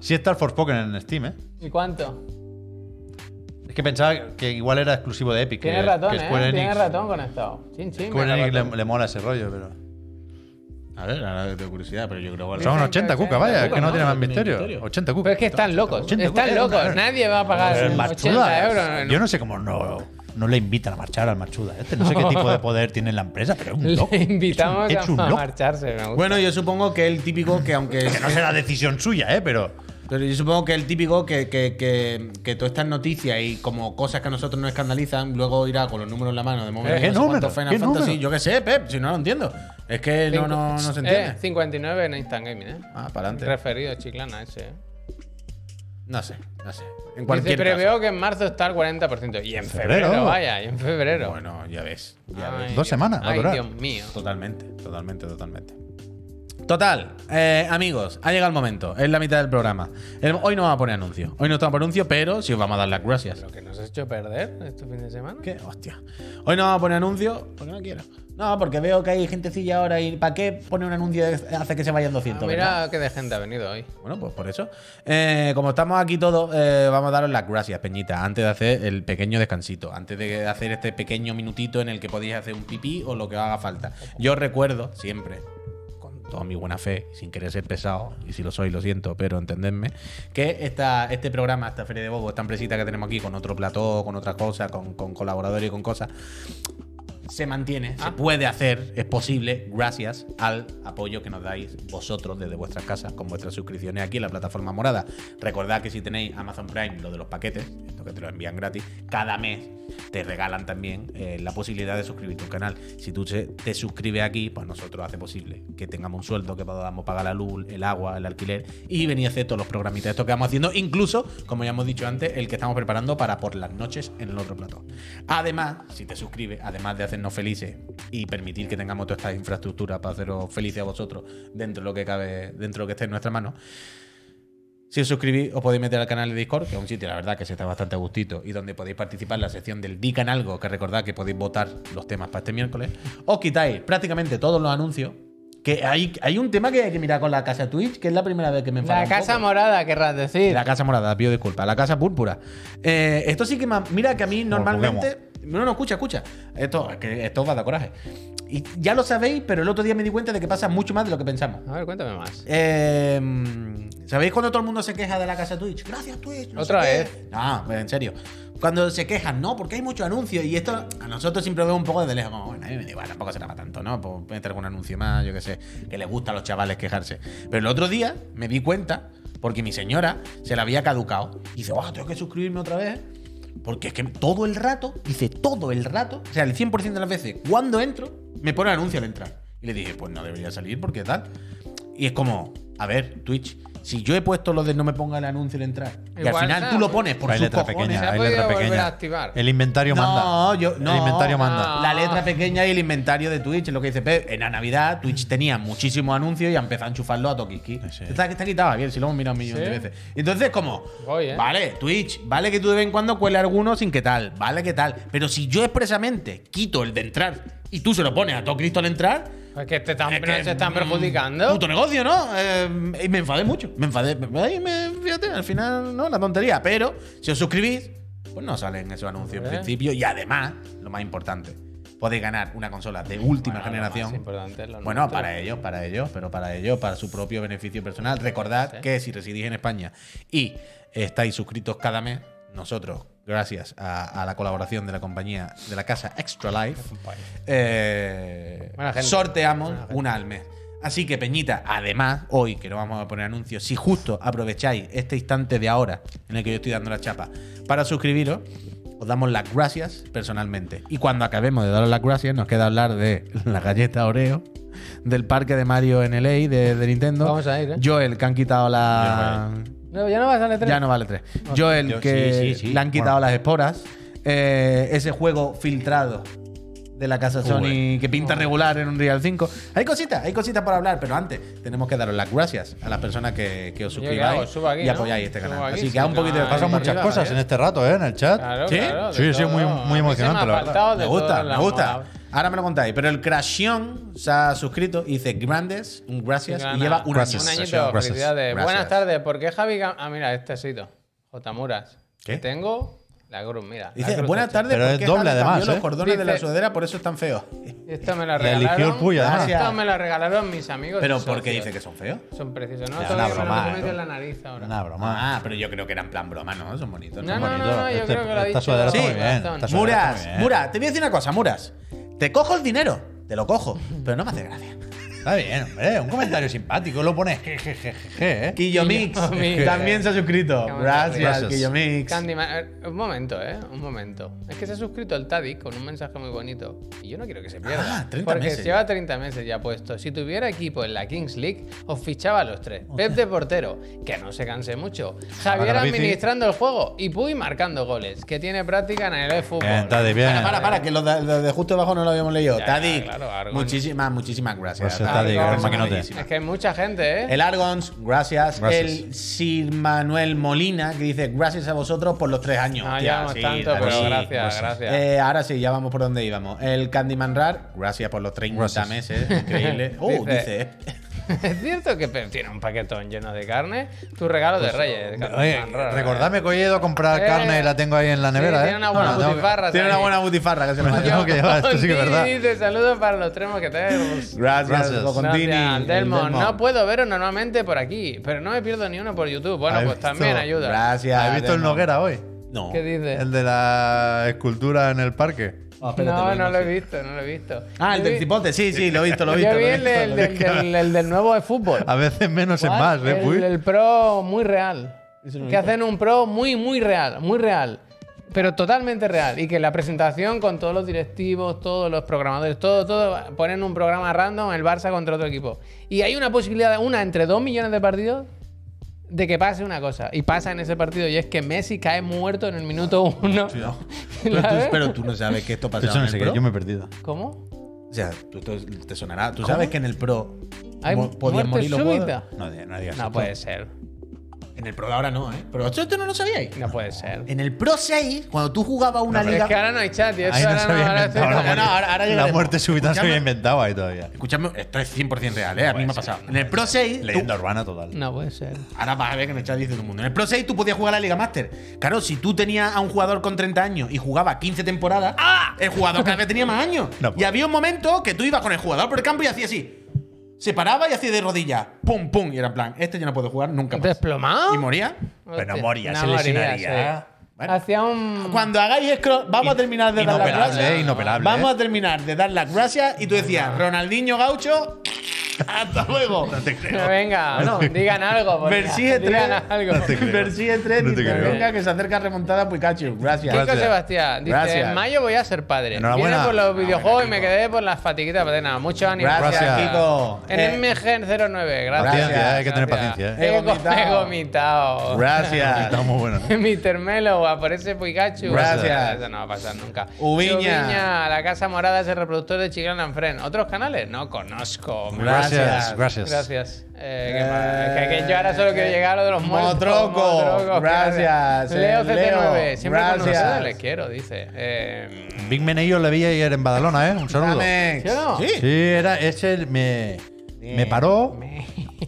Sí está el Forspoken en Steam, ¿eh? ¿Y cuánto? Es que pensaba que igual era exclusivo de Epic. Tienes que, ratón, que ¿eh? Square Enix, Tienes ratón conectado. Chin, chin. Square mira, Enix ratón. le, le mola ese rollo, pero... A ver, ahora tengo curiosidad, pero yo creo que. Son que 80 es cucas, vaya, es que cuca, no ¿no? tiene más No tiene misterio. misterio. 80 cucas. Pero es que están locos, 80 cucas, están locos. claro. Nadie va a pagar El 80 Marchuda. ¿eh? euros. en- Yo no sé cómo no, no le invitan a marchar al Marchuda. Este no sé qué tipo de poder tiene la empresa, pero es un loco. Le Es un- invitamos es un a, loco. marcharse. me gusta. Bueno, yo supongo que el típico que, aunque. Que no será decisión suya, ¿eh? Pero. Pero yo supongo que el típico que, que, que, que todas estas noticias y como cosas que a nosotros nos escandalizan, luego irá con los números en la mano de momento. ¿Pero Eh, qué no sé número? cuántos Final ¿Qué Fantasy. número? Yo qué sé, Pep, si no lo entiendo. Es que no, Cinco- no, no se Eh, entiende. 59 en Instant Gaming, ¿eh? Ah, para adelante. Referido Chiclana ese. ¿eh? No sé, no sé. En Dice, cualquier preveo caso. que en marzo está al 40%. Y en Febrero. febrero, vaya, y en febrero. Bueno, ya ves. Ya Ay, ves. Dos Dios- semanas va a Ay, durar. Dios mío. Totalmente, totalmente, totalmente. Total, eh, amigos, ha llegado el momento. Es la mitad del programa. El- hoy no vamos a poner anuncios. Hoy no estamos por anuncios, pero sí os vamos a dar las gracias. Lo que nos has hecho perder este fin de semana. ¿Qué? Hostia. Hoy no vamos a poner anuncios porque no quiero. No, porque veo que hay gentecilla ahora y ¿para qué poner un anuncio que hace que se vayan Ah, 200? verdad? mira qué de gente ha venido hoy. Bueno, pues por eso. Eh, como estamos aquí todos, eh, vamos a daros las gracias, Peñita, antes de hacer el pequeño descansito, antes de hacer este pequeño minutito en el que podéis hacer un pipí o lo que os haga falta. Yo os recuerdo siempre, con toda mi buena fe, sin querer ser pesado, y si lo soy, lo siento, pero entendedme, que esta, este programa, esta Feria de Bobo, esta empresita que tenemos aquí, con otro plató, con otras cosas, con, con colaboradores y con cosas, se mantiene, se Ah. puede hacer, es posible, gracias al apoyo que nos dais vosotros desde vuestras casas con vuestras suscripciones aquí en la plataforma morada. Recordad que si tenéis Amazon Prime, lo de los paquetes, esto que te lo envían gratis, cada mes te regalan también eh, la posibilidad de suscribirte a un canal. Si tú se- te suscribes aquí, pues nosotros hace posible que tengamos un sueldo, que podamos pagar la luz, el agua, el alquiler y venir a hacer todos los programitas estos que vamos haciendo, incluso, como ya hemos dicho antes, el que estamos preparando para por las noches en el otro plató. Además, si te suscribes, además de hacernos felices y permitir que tengamos toda esta infraestructura para haceros felices a vosotros dentro de lo que cabe, dentro de lo que esté en nuestra mano, si os suscribís, os podéis meter al canal de Discord, que es un sitio, la verdad, que se está bastante a gustito y donde podéis participar en la sección del Dican Algo, que recordad que podéis votar los temas para este miércoles. Os quitáis prácticamente todos los anuncios. Que hay, hay un tema que hay que mirar con la casa Twitch, que es la primera vez que me enfada La un casa poco. morada, querrás decir. La casa morada, pido disculpas. La casa púrpura. Eh, esto sí que me. Mira que a mí Como normalmente. No, no, escucha, escucha. Esto, que esto va a dar coraje. Y ya lo sabéis, pero el otro día me di cuenta de que pasa mucho más de lo que pensamos. A ver, cuéntame más. Eh, ¿Sabéis cuando todo el mundo se queja de la casa Twitch? Gracias, Twitch. no sé Otra qué. vez. No, en serio. Cuando se quejan, no, porque hay muchos anuncios y esto a nosotros siempre veo un poco de lejos. Como, bueno, a mí me da igual, tampoco se va tanto, ¿no? Pues meter algún anuncio más, yo qué sé, que les gusta a los chavales quejarse. Pero el otro día me di cuenta, porque mi señora se la había caducado. Y dice, oh, tengo que suscribirme otra vez. Porque es que todo el rato, dice todo el rato, o sea, el 100% de las veces, cuando entro, me pone anuncio al entrar. Y le dije, pues no debería salir porque tal. Y es como, a ver, Twitch, si yo he puesto lo de no me ponga el anuncio al entrar, y al Igual, final no. ¿eh? tú lo pones por hay sus letra cojones, ¿se pequeña, ha hay podido letra volver a pequeña. activar? El inventario No, manda. yo- no. El inventario manda. No. La letra pequeña y el inventario de Twitch, es lo que dice Pep. En la Navidad, Twitch tenía muchísimos anuncios y empezó a enchufarlo a Tokiski. Sí. Está, está quitado, Javier, si lo hemos mirado un millón Sí. de veces. Entonces, como, Voy, ¿eh? vale, Twitch, vale que tú de vez en cuando cuele alguno sin que tal, vale que tal. Pero si yo expresamente quito el de entrar y tú se lo pones a todo Cristo al entrar, Es que te están, es no que, se están mm, perjudicando. Puto negocio, ¿no? Eh, y me enfadé mucho. Me enfadé. Ay, me- fíjate, al final, no, la tontería. Pero si os suscribís, pues no salen esos anuncios en Hombre. principio. Y además, lo más importante, podéis ganar una consola de última Bueno, lo más generación. importante es lo Bueno, nuestro. para ellos, para ellos, pero para ellos, para su propio beneficio personal. Recordad que si residís en España y estáis suscritos cada mes, nosotros, gracias a, a la colaboración de la compañía de la casa Extra Life, eh, Buena gente. sorteamos Buena gente. una al mes. Así que, Peñita, además, hoy que no vamos a poner anuncios, si justo aprovecháis este instante de ahora en el que yo estoy dando la chapa para suscribiros, os damos las gracias personalmente. Y cuando acabemos de daros las gracias, nos queda hablar de la galleta Oreo, del parque de Mario en LA de, de Nintendo. Vamos a ir, ¿eh? Joel, que han quitado la. No, ya no vas a letra. Ya no vale tres. Joel, Yo- que sí, sí, sí. le han quitado Bueno. las esporas. Eh, ese juego filtrado de la casa Sony que pinta regular en un Real 5. Hay cositas, hay cositas por hablar, pero antes tenemos que daros las gracias a las personas que, que os Yo qué hago, suscribáis subo aquí, y ¿no? apoyáis este canal. Subo aquí, Así que a un subo- poquito de Ah, Pasan Ahí muchas arriba, cosas ¿eh? en este rato, ¿eh? En el chat. Claro, ¿Sí? claro, de Sí, sí, todo. muy- muy A mí se me emocionante, ha la verdad. faltado de Me todo gusta, en me la gusta. moda. Ahora me lo contáis. Pero el Crashion se ha suscrito y dice grandes, un gracias Grana. y lleva un año. Gracias. Un añito, Gracias. felicidades. Gracias. Buenas tardes. ¿Por qué Javi... Gam- Ah, mira, este sitio. J. Muras. ¿Qué? Que Tengo la cruz, mira. la Dice, cruz buenas esta. tardes, Pero ¿por es qué doble Javi cambió además, Los ¿eh? cordones de la Dice- sudadera, por eso están feos. Esto me la La eligió regalaron. el Puy, además. Esto me la regalaron mis amigos. y Pero socios. ¿por qué dice que son feos? Son preciosos. No, Es todavía una me lo broma, comete ¿no? en la nariz ahora. Una broma. Ah, pero yo creo que era en plan broma, ¿no? Son bonitos. No, son no, no, bonitos. no, yo Este- creo que lo ha esta dicho. sudadera está muy bien, Gastón. esta sudadera- Muras, Está bien. Muras, te voy a decir una cosa, Muras. Te cojo el dinero, te lo cojo, pero no me hace gracia. Está bien, hombre. Un comentario simpático. Lo pones jejejeje, ¿eh? Quillomix Quillomix. también se ha suscrito. Qué bonito. Gracias, Gracias. Quillomix. Candyman- a ver, un momento, eh, un momento. Es que se ha suscrito el Tadic con un mensaje muy bonito. Y yo no quiero que se pierda. Ah, 30 porque meses. lleva 30 meses ya puesto. Si tuviera equipo en la Kings League, os fichaba a los tres. Pep de portero, que no se canse mucho. Javier Ahora bici. administrando el juego. Y Puy marcando goles, que tiene práctica en el fútbol. Bien, Tadi, bien. Para, para, para, que los de, los de justo abajo no lo habíamos leído. Ya, Tadic, claro, Argon. muchísimas, muchísimas gracias. Gracias, Tadic, Argon, el maquinote. bellísima. Es que hay mucha gente, ¿eh? El Argons, gracias. Gracias. El Sir Manuel Molina, que dice gracias a vosotros por los tres años. no Hostia, llevamos sí, tanto, David, pero sí, gracias, gracias. Eh, ahora sí, ya vamos por donde íbamos. El Candyman Rar, gracias por los 30 Gracias. meses, increíble. Oh, Dice- dice. ¿Es cierto que Pep tiene un paquetón lleno de carne? Tu regalo de Reyes. Oye, Carmen Rara, recordadme que hoy he ido a comprar Eh. carne y la tengo ahí en la Sí, nevera, tiene ¿eh? una buena No, la tengo que- butifarra. Tiene una ahí. buena butifarra que se me ha la tengo que llevar, esto sí que es verdad. Tini dice saludos para los tres mosqueteros. Gracias, Gracias. Gocontini. Gracias, Delmo. El Delmo. No puedo veros normalmente por aquí, pero no me pierdo ni uno por YouTube. Bueno, ¿Has pues visto? también ayuda. Gracias. ¿Has visto el Delmo. Noguera hoy? No. ¿Qué dices? El de la escultura en el parque. Oh, espérate, No, porque no lo sé. he visto, no lo he visto. Ah, el Yo del vi- cipote, sí, sí, lo he visto, lo he visto. Yo lo vi he el, visto, el lo he del, visto. del- el del nuevo de fútbol. A veces menos es ¿Cuál? más, ¿eh? el, Puy? el pro muy real. Eso no lo que he hacen un pro muy, muy real, muy real. Pero totalmente real. Y que la presentación con todos los directivos, todos los programadores, todo, todo, ponen un programa random, el Barça contra otro equipo. Y hay una posibilidad, una entre dos millones de partidos, de que pase una cosa. Y pasa en ese partido, y es que Messi cae muerto en el minuto uno. Pero ¿La tú, ves? pero tú no sabes que esto Pero pasaba eso no en sé el qué, Pro. yo me he perdido. ¿Cómo? O sea, tú, tú- te sonará. Tú sabes que en el Pro ¿Hay mo- podían muerte morir los súbita? jugadores. No, di- no digas No eso. puede ser. En el Pro de ahora no, ¿eh? Pero esto esto no lo sabíais. No puede ser. En el Pro 6, cuando tú jugabas una Pero liga. es que ahora no hay chat y eso Ahí no se ahora no, había ahora inventado la estoy- no, muerte. ahora- ahora La llegaremos. muerte súbita se Escuchame. había inventado ahí todavía. Escuchadme, esto es 100% real, ¿eh? A mí me ha pasado. En el Pro 6. tú- Leyenda urbana total. No puede ser. Ahora vas a ver que en el chat dice todo el mundo. En el Pro 6 tú podías jugar a la Liga Master. Claro, si tú tenías a un jugador con 30 años y jugaba 15 temporadas, el jugador cada vez tenía más años. ¡Ah! No, pues. Y había un momento que tú ibas con el jugador por el campo y hacía así. Se paraba y hacía de rodillas. Pum, pum. Y era en plan, este ya no puede jugar nunca más. ¿Desplomado? Y moría. Pero Hostia, moría, no se moría, lesionaría. sí. Bueno. Ah, Hacía un. Cuando hagáis scroll, vamos a terminar de dar las Inoperable, gracias. eh, inoperable. Vamos a terminar de dar las gracias y tú decías, Ronaldinho Gaucho, hasta luego. Venga, digan algo. porque- Versije 3. Digan algo. te creo. Versije 3 No te dice, creo. venga, que se acerca remontada Pikachu. Gracias. Kiko Gracias. Sebastián dice: Gracias. En mayo voy a ser padre. Enhorabuena. Viene por los Enhorabuena, videojuegos y me Kiko. quedé por las fatiguitas paternas. Mucho ánimo. Gracias, Gracias. Kiko. Eh, NMG09, gracias. Paciencia, hay que tener Gracias. paciencia, ¿eh? He gomitado. He gomitado. Gracias. Oh. Está muy bueno. ¿no? Mr. Melo, aparece Pikachu. Gracias. Eso no va a pasar nunca. Ubiña. Ubiña, la Casa Morada es el reproductor de Chiclana en Fren. ¿Otros canales? No conozco. Gracias. Gracias, gracias. Gracias. Eh, ¿qué Eh, más? que, que yo ahora solo quiero llegar a lo de los muertos. Motroco, gracias. Leo Eh, CT9. Leo, Siempre con gracias. nosotros les quiero, dice. Eh, Big Menello le vi ayer en Badalona, ¿eh? Un saludo. Amex. ¿Sí o no? Sí. Sí, era ese me, me paró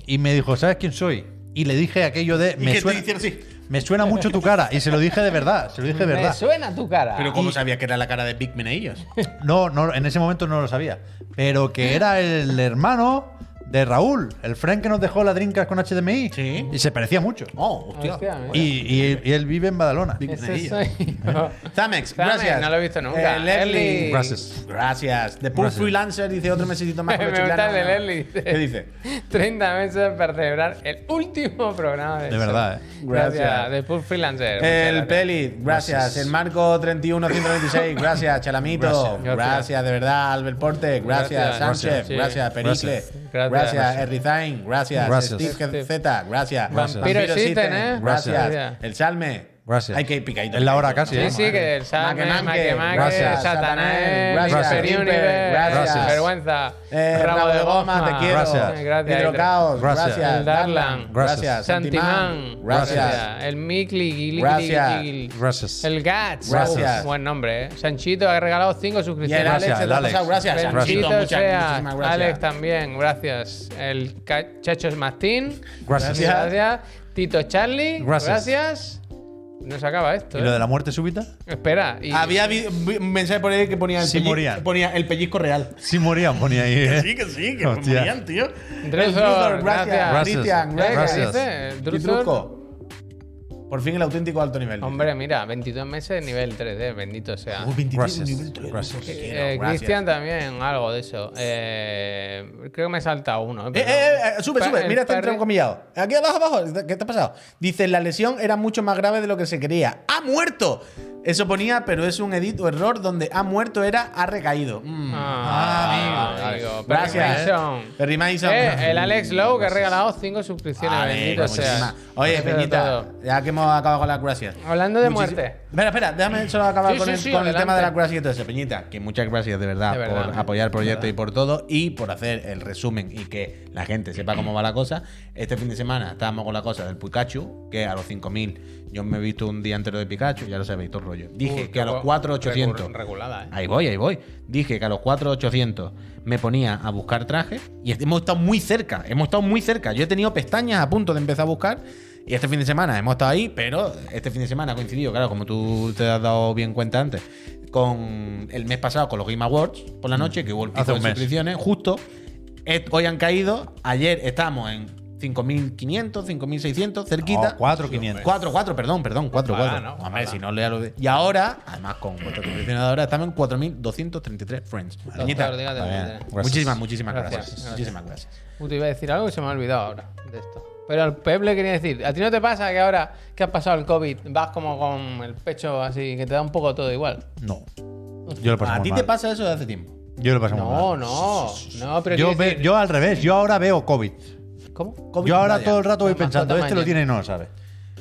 y me dijo, ¿sabes quién soy? Y le dije aquello de, ¿Y qué me te suena, hicieron así? me suena mucho tu cara. Y se lo dije de verdad, se lo dije de me verdad. suena tu cara. Pero ¿cómo sabías que era la cara de Big Man ellos? No, no, en ese momento no lo sabía. Pero que era el hermano de Raúl, el friend que nos dejó la drinkas con HDMI. Sí. Y se parecía mucho. Oh, Hostia, hostia. mira. Y, y- y él vive en Badalona. Big Man Ese ellos. soy yo. Tamex, Tamex, gracias. no lo he visto nunca. Eh, Leslie. Leslie. Gracias. Gracias. The Poor Gracias. Freelancer dice otro mesecito más. con Me los gusta chiclanos. el de Leslie. ¿Qué dice? 30 meses para celebrar el último programa de De verdad, Eso. eh. Gracias. Gracias. De Poor Freelancer. El Muchas Peli, gracias. Gracias. El Marco 31126, gracias. Chalamito, gracias. Gracias. de verdad. Albert Porte, gracias. Gracias. Sánchez, Sí. gracias. Pericle, Gracias. gracias. Gracias. Errizain, gracias. Gracias. Steve Z, gracias. Vampiros Vampiros existen, Existen, ¿eh? Gracias. Gracias. El Salme. Gracias. Hay que ir picadito. Es la hora casi, Sí, ¿eh? sí, que el Salme, Maque, Maque, Maque, gracias. Maque, Satanás, Gracias. Mr. Imper, Universe, gracias. Vergüenza, Eh, Rabo de goma, te quiero. Eh, Gracias. Gracias. Hidrocaos, Gracias. gracias. El Darlan. gracias. Gracias. Santimán, gracias. El Mikli, Gili, Gracias. Gili, Gili. Gracias. El Gats, Gracias. Uf, buen nombre, ¿eh? Sanchito ha regalado 5 Y el suscripciones. Alex, se Gracias, te ha el Alex. pasado. gracias. Gracias. Sanchito, Bendito muchas, sea. muchísimas gracias. Alex también, gracias. El Ca- Chacho Martín. Gracias. Gracias. Tito Charlie. Gracias. Gracias. No se acaba esto. ¿Y lo ¿eh? de la muerte súbita? Espera. y- Había vi- vi- un mensaje por ahí que ponía el, Sí, pellizco, morían. ponía el pellizco real. Sí morían, ponía ahí. ¿eh? Sí, que sí, que Hostia. morían, tío. Drusor, gracias. gracias. Cristian, ¿Eh? ¿Qué gracias. Gracias. dice? ¿El Y Drusor? truco. Por fin el auténtico alto nivel. Hombre, mira, 22 meses, nivel 3D, bendito sea. Uy, 23 Gracias. nivel tres, Gracias. qué quiero, Eh, gracias. Cristian también, algo de eso. Eh, creo que me he saltado uno. eh, Eh, pero eh, eh, sube, Pa- sube. el Mira este Perry- entrecomillado. Aquí abajo, abajo. ¿Qué te ha pasado? Dice, la lesión era mucho más grave de lo que se creía. ¡Ha muerto! Eso ponía, pero es un edit o error donde ha muerto era ha recaído. Mm. Ah, Ah, amigo. vale. amigo. Perry Gracias. Mason. Perry Mason. Eh, el Alex Lowe que ha regalado 5 suscripciones, Vale, bendito sea. muchísimas. Oye, Gracias a Peñita, todos. ya que hemos acabado con las gracias. Hablando de Muchísi- muerte. Espera, espera, déjame solo acabar Sí, con, sí, el, sí, con el adelante. tema de las gracias y todo eso, Peñita. Que muchas gracias de verdad, De verdad. por apoyar el proyecto y por todo y por hacer el resumen y que la gente sepa cómo va la cosa. Este fin de semana estábamos con la cosa del Pikachu, que a los 5.000 yo me he visto un día entero de Pikachu, ya lo sabéis, todo el rollo. Dije Uy, que a los recu- 4.800. recu- Regulada, eh. Ahí voy, ahí voy. Dije que a los 4.800 me ponía a buscar trajes y hemos estado muy cerca, hemos estado muy cerca. Yo he tenido pestañas a punto de empezar a buscar y este fin de semana hemos estado ahí, pero este fin de semana ha coincidido, claro, como tú te has dado bien cuenta antes, con el mes pasado con los Game Awards por la noche, que hubo el pico Mm. Hace un de mes. suscripciones, justo. Et- Hoy han caído, ayer estamos en 5.500, 5.600, cerquita. No, 4.500. 4, 4, perdón, perdón, 4, Ojalá, 4. ¿no? Hombre, Ojalá. si no lea lo de... Y ahora, además con vuestra condición ahora, estamos en 4.233 friends. Niñita, dígate, está bien. dígate. Muchísimas, muchísimas Gracias, gracias. gracias. Muchísimas gracias. Uy, te iba a decir algo y se me ha olvidado ahora de esto. Pero al Pep le quería decir, ¿a ti no te pasa que ahora que has pasado el COVID vas como con el pecho así, que te da un poco todo igual? No. Yo lo paso ¿A muy ti mal. te pasa eso de hace tiempo? Yo lo paso muy mal. No, no, no, pero yo, quiero ve- decir- yo al revés, yo ahora veo COVID. ¿Cómo? COVID yo ahora vaya. todo el rato voy Con más pensando, este tamaño. lo tiene y no lo sabe.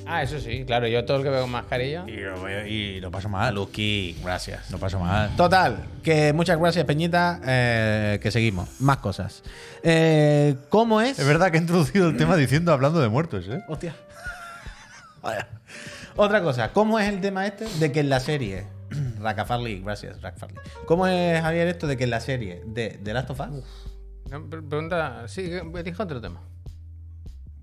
Ah, eso sí, claro, yo todo el que veo con mascarilla. Y lo, veo y lo paso mal. Lucky, Ah, gracias. Lo paso mal. Total, que muchas gracias, Peñita, eh, que seguimos. Más cosas. Eh, ¿Cómo es? Es verdad que he introducido el tema diciendo, hablando de muertos, ¿eh? Hostia. Vaya. Otra cosa, ¿cómo es el tema este de que en la serie. Raka Farley, gracias, Raka Farley. ¿Cómo es, Javier, esto de que en la serie de The Last of Us? No, pre- pregunta, sí, elige otro tema.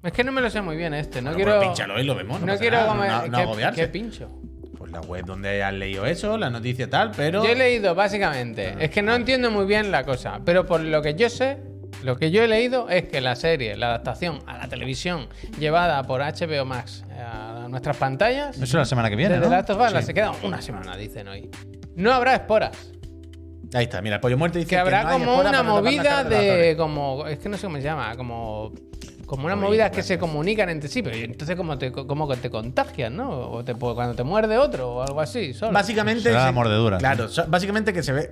Es que no me lo sé muy bien este, no Bueno, quiero. pues pínchalo y lo vemos, no No, pasa quiero nada, comer. no- no ¿qué- agobiarse. ¿Qué pincho? Pues la web donde hayas leído eso, la noticia tal, pero. Yo he leído, básicamente. Es que no entiendo muy bien la cosa. Pero por lo que yo sé, lo que yo he leído es que la serie, la adaptación a la televisión llevada por HBO Max eh, a nuestras pantallas. Eso la semana que viene, desde ¿no? Last of Us, la se queda una semana, dicen hoy. No habrá esporas. Ahí está, mira, el pollo muerto dice Que habrá no hay como escuela una para tapar las movida caras los actores. de. como Es que no sé cómo se llama. Como. Como unas Uy, movidas que bueno. se comunican entre sí, pero entonces como te, como que te contagian, ¿no? O te, pu- cuando te muerde otro o algo así. Solo. Básicamente. Será se- la mordedura. Claro, so- básicamente que se ve.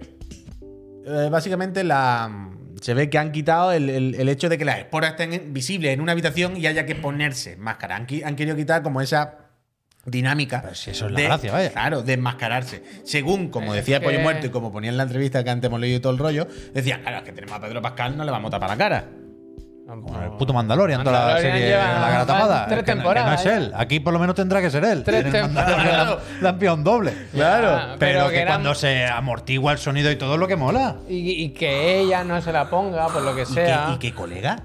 eh, básicamente la. Se ve que han quitado el, el- el hecho de que las esporas estén en- visibles en una habitación y haya que ponerse máscara. Han, qui- han querido quitar como esa dinámica. Pero si eso es la gracia, vaya. Claro, de enmascararse. Según, como Eh, Es decía el Pollo que- Muerto y como ponía en la entrevista que antes hemos leído todo el rollo, decía, claro, es que tenemos a Pedro Pascal, no le vamos a tapar la cara. Ah, pues. Bueno, el puto Mandalorian, toda la Mandalorian serie lleva con la cara tres tapada. Es que no- que temporadas, No ¿eh? es él. Aquí por lo menos tendrá que ser él. Tres En el Mandalorian temporadas. Le han pillado un doble. Claro. Pero, Pero que, que eran- cuando se amortigua el sonido y todo lo que mola. Y, y que ella no se la ponga, por lo que ¿Y que, sea. y que, colega,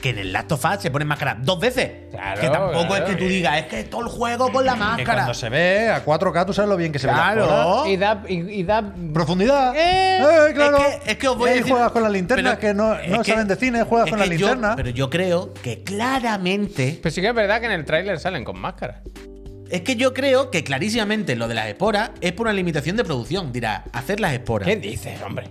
que en el Last of Us se pone máscara dos veces. Claro, que tampoco claro. es que tú digas, es que todo el juego con la Que máscara. cuando se ve a 4K, tú sabes lo bien que se ve. las Ah, Claro. cosas. Y da. y- y da- Profundidad. Eh, Eh, claro. Es que, es que os voy Y a ahí decir- juegas con las linternas pero que no, es no que- saben de cine, juegas es con las que yo- linternas. Pero yo creo que claramente. Pero sí que es verdad que en el tráiler salen con máscaras. Es que yo creo que clarísimamente lo de las esporas es por una limitación de producción. Dirá, hacer las esporas. ¿Qué dices, hombre?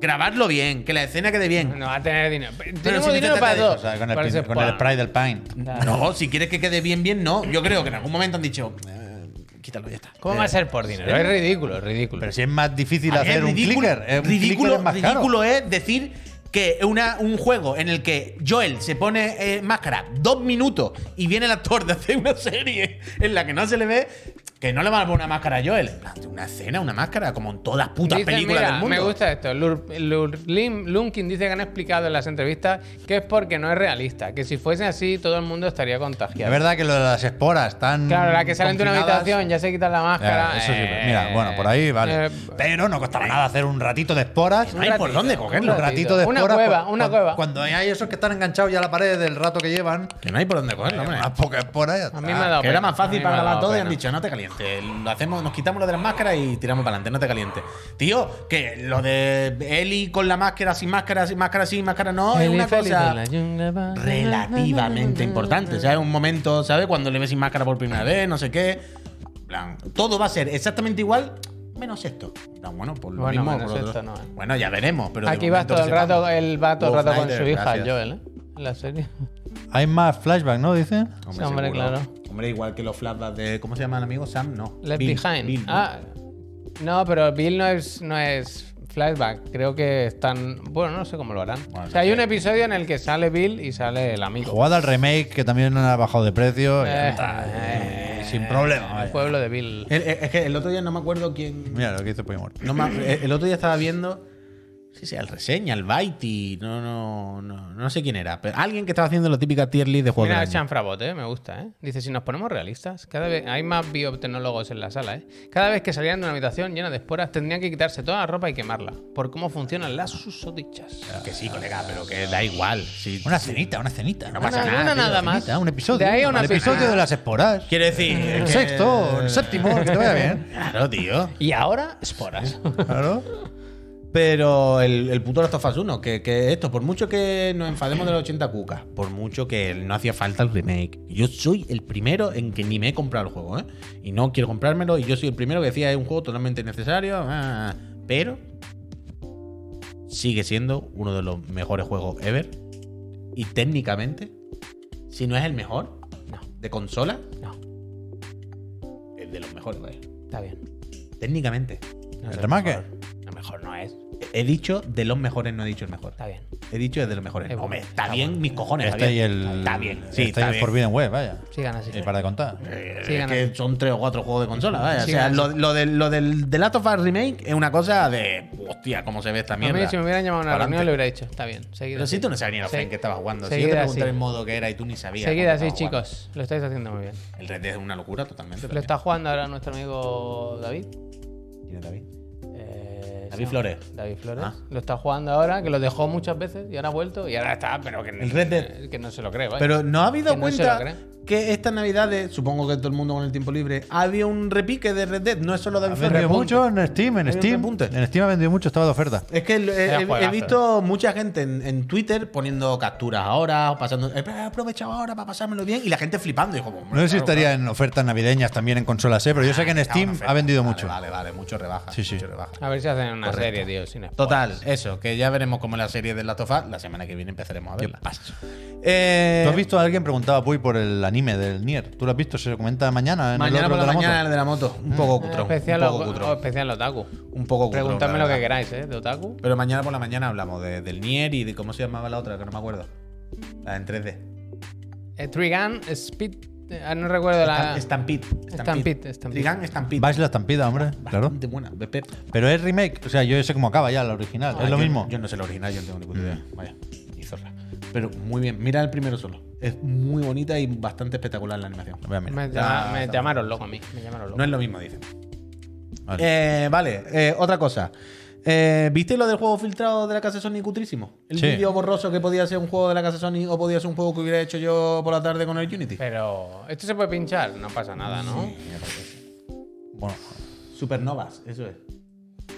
Grabarlo bien, que la escena quede bien. No va a tener dinero. Tenemos si te dinero trata para de- dos. O sea, con el, Para pin- ese con el plan. spray del Paint. Claro. No, si quieres que quede bien, bien, no. Yo creo que en algún momento han dicho, "Eh, quítalo y ya está. ¿Cómo va a ser por dinero? Es ridículo, es ridículo. ¿Eh? Pero si es más difícil A ver, hacer un clicker. eh, Un clicker ridículo, es más caro. ridículo es decir que una, un juego en el que Joel se pone eh, máscara dos minutos y viene el actor de hacer una serie en la que no se le ve, que no le van a poner una máscara a Joel. En plan, Una escena, una máscara, como en todas putas Dice, películas mira, del mundo. Me gusta esto. Lur- Lur- Lim- Lunkin dice que han explicado en las entrevistas que es porque no es realista, que si fuese así todo el mundo estaría Es contagiado. verdad que lo de las esporas tan. Claro, la que salen de una confinadas- habitación ya se quitan la máscara. Ya, eso sí, pues, eh, mira, bueno, por ahí vale. eh, Pero no costaba nada hacer un ratito de esporas. No hay por dónde cogerlo. Un ratito de Una esporas. cueva, cu- una cu- cueva. Cuando hay esos que están enganchados ya a la pared del rato que llevan. Que no hay por dónde cogerlo, hombre. Unas pocas esporas. ya está. A mí me ha dado Que era pena, más a mí fácil me para ha grabar dado todo y han pena. dicho, no te calientes. Lo hacemos, nos quitamos lo de las máscaras y tiramos para adelante, no te calientes. Tío, que lo de Eli con la máscara, sin máscara, sin máscara, sí, máscara no, es Feliz, una feliz cosa de la jungla, va, relativamente importante. ¿Sabes? Un momento, ¿sabes? Cuando le ves sin máscara por primera vez, no sé qué. En plan, todo va a ser exactamente igual, menos esto. En plan, bueno, por lo Bueno, mismo. menos por otro- esto no, eh. Bueno, ya veremos. Pero de Aquí vas momento todo que este el rato, sepamos. él va todo el Wolf rato con Snyder, su hija, gracias. Joel, ¿eh? En la serie. Hay más flashback, ¿no? Dice. Sí, hombre, seguro. claro. Hombre, igual que los flashbacks de. ¿Cómo se llama el amigo? Sam, no. Left Bill, Behind. Bill, ¿no? ah, no, pero Bill no es, no es flashback. Creo que están. Bueno, no sé cómo lo harán. Bueno, o sea, hay sí. un episodio en el que sale Bill y sale el amigo. Jugada al remake que también ha bajado de precio. y ya Eh, está, eh, eh, sin problema. El vaya. pueblo de Bill. El- el- es que el otro día no me acuerdo quién. Mira lo que dice Puy Muerto. No me- el otro día estaba viendo. Sí, sí, el reseña, el Baiti. No, no, no, no sé quién era. Pero alguien que estaba haciendo la típica tier list de juegos. Mira, del año. Chanfrabot, ¿eh? me gusta. ¿eh? Dice: si nos ponemos realistas, cada vez hay más biotecnólogos en la sala. ¿eh? Cada vez que salieran de una habitación llena de esporas, tendrían que quitarse toda la ropa y quemarla. Por cómo funcionan las susodichas. Que sí, colega, pero que da igual. Sí, Una cenita, una cenita. No pasa Una- nada, una tío, nada más. Cenita, un episodio. De ahí a una el episodio cenita. de las esporas. Quiero decir. El que- sexto, el séptimo, que te vaya bien. Claro, tío. Y ahora, esporas. Claro. Pero el, el puto Last of Us 1, que, que esto, por mucho que nos enfademos de los 80 cucas, por mucho que no hacía falta el remake, yo soy el primero en que ni me he comprado el juego, ¿eh? Y no quiero comprármelo, y yo soy el primero que decía es un juego totalmente necesario, ah, pero sigue siendo uno de los mejores juegos ever. Y técnicamente, si no es el mejor, No. de consola, No, es de los mejores, vaya. está bien. Técnicamente. No es ¿El remake? mejor. Lo mejor no es. He dicho de los mejores, no he dicho el mejor. Está bien. He dicho es de los mejores. Es bueno, Hombre, está, está bien, bueno. mis cojones. Este está, y bien. el. Está bien, sí, este está y el bien. Forbidden Web, vaya. Sigan así. Y para de contar. Eh, Sí, es gana. que son tres o cuatro juegos de consola, vaya. Sí, o sea, gana. lo, lo del, lo del The Last of Us Remake es una cosa de. Hostia, cómo se ve esta A mierda. mí, si me hubieran llamado a una Pa'lante. reunión, le hubiera dicho. Está bien. Seguid Pero así. si tú no sabías ni la Se- fe en que estabas jugando. Si yo seguid te así. pregunté el modo que era y tú ni sabías. Seguid cuando así, estabas jugando. chicos. Lo estáis haciendo muy bien. El Red Dead es una locura totalmente. Lo también. está jugando ahora nuestro amigo David. ¿Quién es David? Eh, David se llama- Flores. David Flores. Ah. Lo está jugando ahora, que lo dejó muchas veces y ahora ha vuelto y ahora está, pero que, El Red Dead. que no se lo cree, ¿vale? Pero no ha habido Que no se cuenta lo cree. que estas navidades, supongo que todo el mundo con el tiempo libre, ha habido un repique de Red Dead. No es solo Ha David Ferrer. vendido mucho en Steam, en Hay un Steam. repunte. En Steam ha vendido mucho, estaba de oferta. Es que el- he, he- he juegazo. visto mucha gente en, en Twitter poniendo capturas ahora, o pasando. "Eh, He aprovechado ahora para pasármelo bien y la gente flipando. Y como, No sé si claro, estaría claro. en ofertas navideñas también en consolas, ¿eh? pero yo sé que en Está una Steam oferta. ha vendido Vale, mucho. Vale, vale, mucho rebaja. Sí, sí. mucho rebaja. a ver si hacen una Correcto. serie, tío. Sin spoilers. Total, eso, que ya veremos cómo es la serie de Last of Us. La semana que viene empezaremos a verla. Eh, ¿Tú has visto a alguien preguntaba Puy por el anime del Nier? ¿Tú lo has visto? Se comenta mañana en Mañana el otro por la, de la mañana moto. el de la moto. Un poco Eh, cutrón. especial, un poco o- cutrón. o especial Otaku. un poco cutrón, Preguntadme la lo que verdad. queráis, ¿eh? De Otaku. Pero mañana por la mañana hablamos de- del Nier y de cómo se llamaba la otra, que no me acuerdo. La en 3D. Eh, Trigun, Speed. eh, ah, no recuerdo la. Stampede. Stampede, Stampede. Trigun Stampede. Vais la estampida, hombre. Claro. Bastante buena. ve, Pep. Pero es remake, o sea, yo sé cómo acaba ya la original. Ah, es lo yo- mismo. Mm. Yo no sé el original, yo no tengo ni puta idea. Vaya, y zorra. Pero muy bien. Mira el primero solo. Es muy bonita y bastante espectacular la animación. Voy a mirar. me, llama- me llamaron loco a mí. Me llamaron loco. No es lo mismo, dicen. Vale. Eh, vale, eh, otra cosa. Eh, ¿Viste lo del juego filtrado de la casa de Sony cutrísimo? El Sí. vídeo borroso que podía ser un juego de la casa de Sony o podía ser un juego que hubiera hecho yo por la tarde con el Eh. Unity. Pero. Esto se puede pinchar, no pasa nada, ¿no? Bueno, Supernovas, eso es.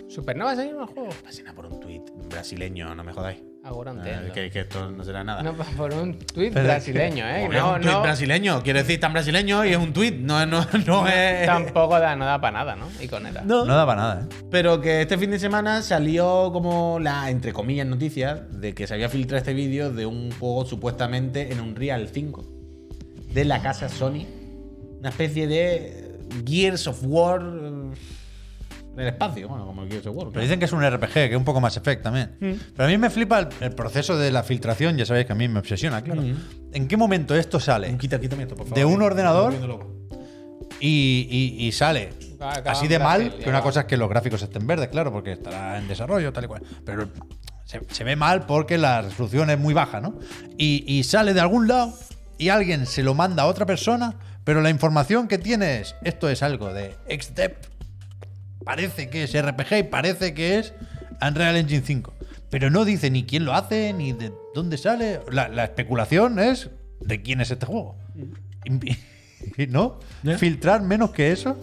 Supernova se llama el juego. Pasena por un tweet brasileño, no me jodáis. Ahora Ah, entiendo. que, que esto no será nada. No, pa- por un tuit Pero- brasileño, ¿eh? Joder, No, un tweet no. brasileño, quiero decir tan brasileño y es un tweet, no, no, no es. Tampoco da, no da para nada, ¿no? Y con era. No. no daba nada, ¿eh? Pero que este fin de semana salió como la, entre comillas, noticia de que se había filtrado este vídeo de un juego supuestamente en un Real 5 de la casa Sony. Una especie de Gears of War eh, en el espacio, bueno, como el Gears of War. Pero claro. dicen que es un RPG, que es un poco más Effect también. Mm. Pero a mí me flipa el, el proceso de la filtración, ya sabéis que a mí me obsesiona, claro. Mm. ¿En qué momento esto sale? Quita, quítame esto, por favor. De un que me estoy ordenador. volviendo loco. y, y- y sale Va, acaba así en de Brasil, mal, ya que una va. cosa es que los gráficos estén verdes, claro, porque estará en desarrollo, tal y cual. Pero se, se ve mal porque la resolución es muy baja, ¿no? Y, y sale de algún lado y alguien se lo manda a otra persona, pero la información que tiene es, esto es algo de XDEP, parece que es RPG y parece que es Unreal Engine 5. Pero no dice ni quién lo hace, ni de dónde sale. La, la especulación es de quién es este juego. Mm. Y- y- ¿No? Ya. Filtrar menos que eso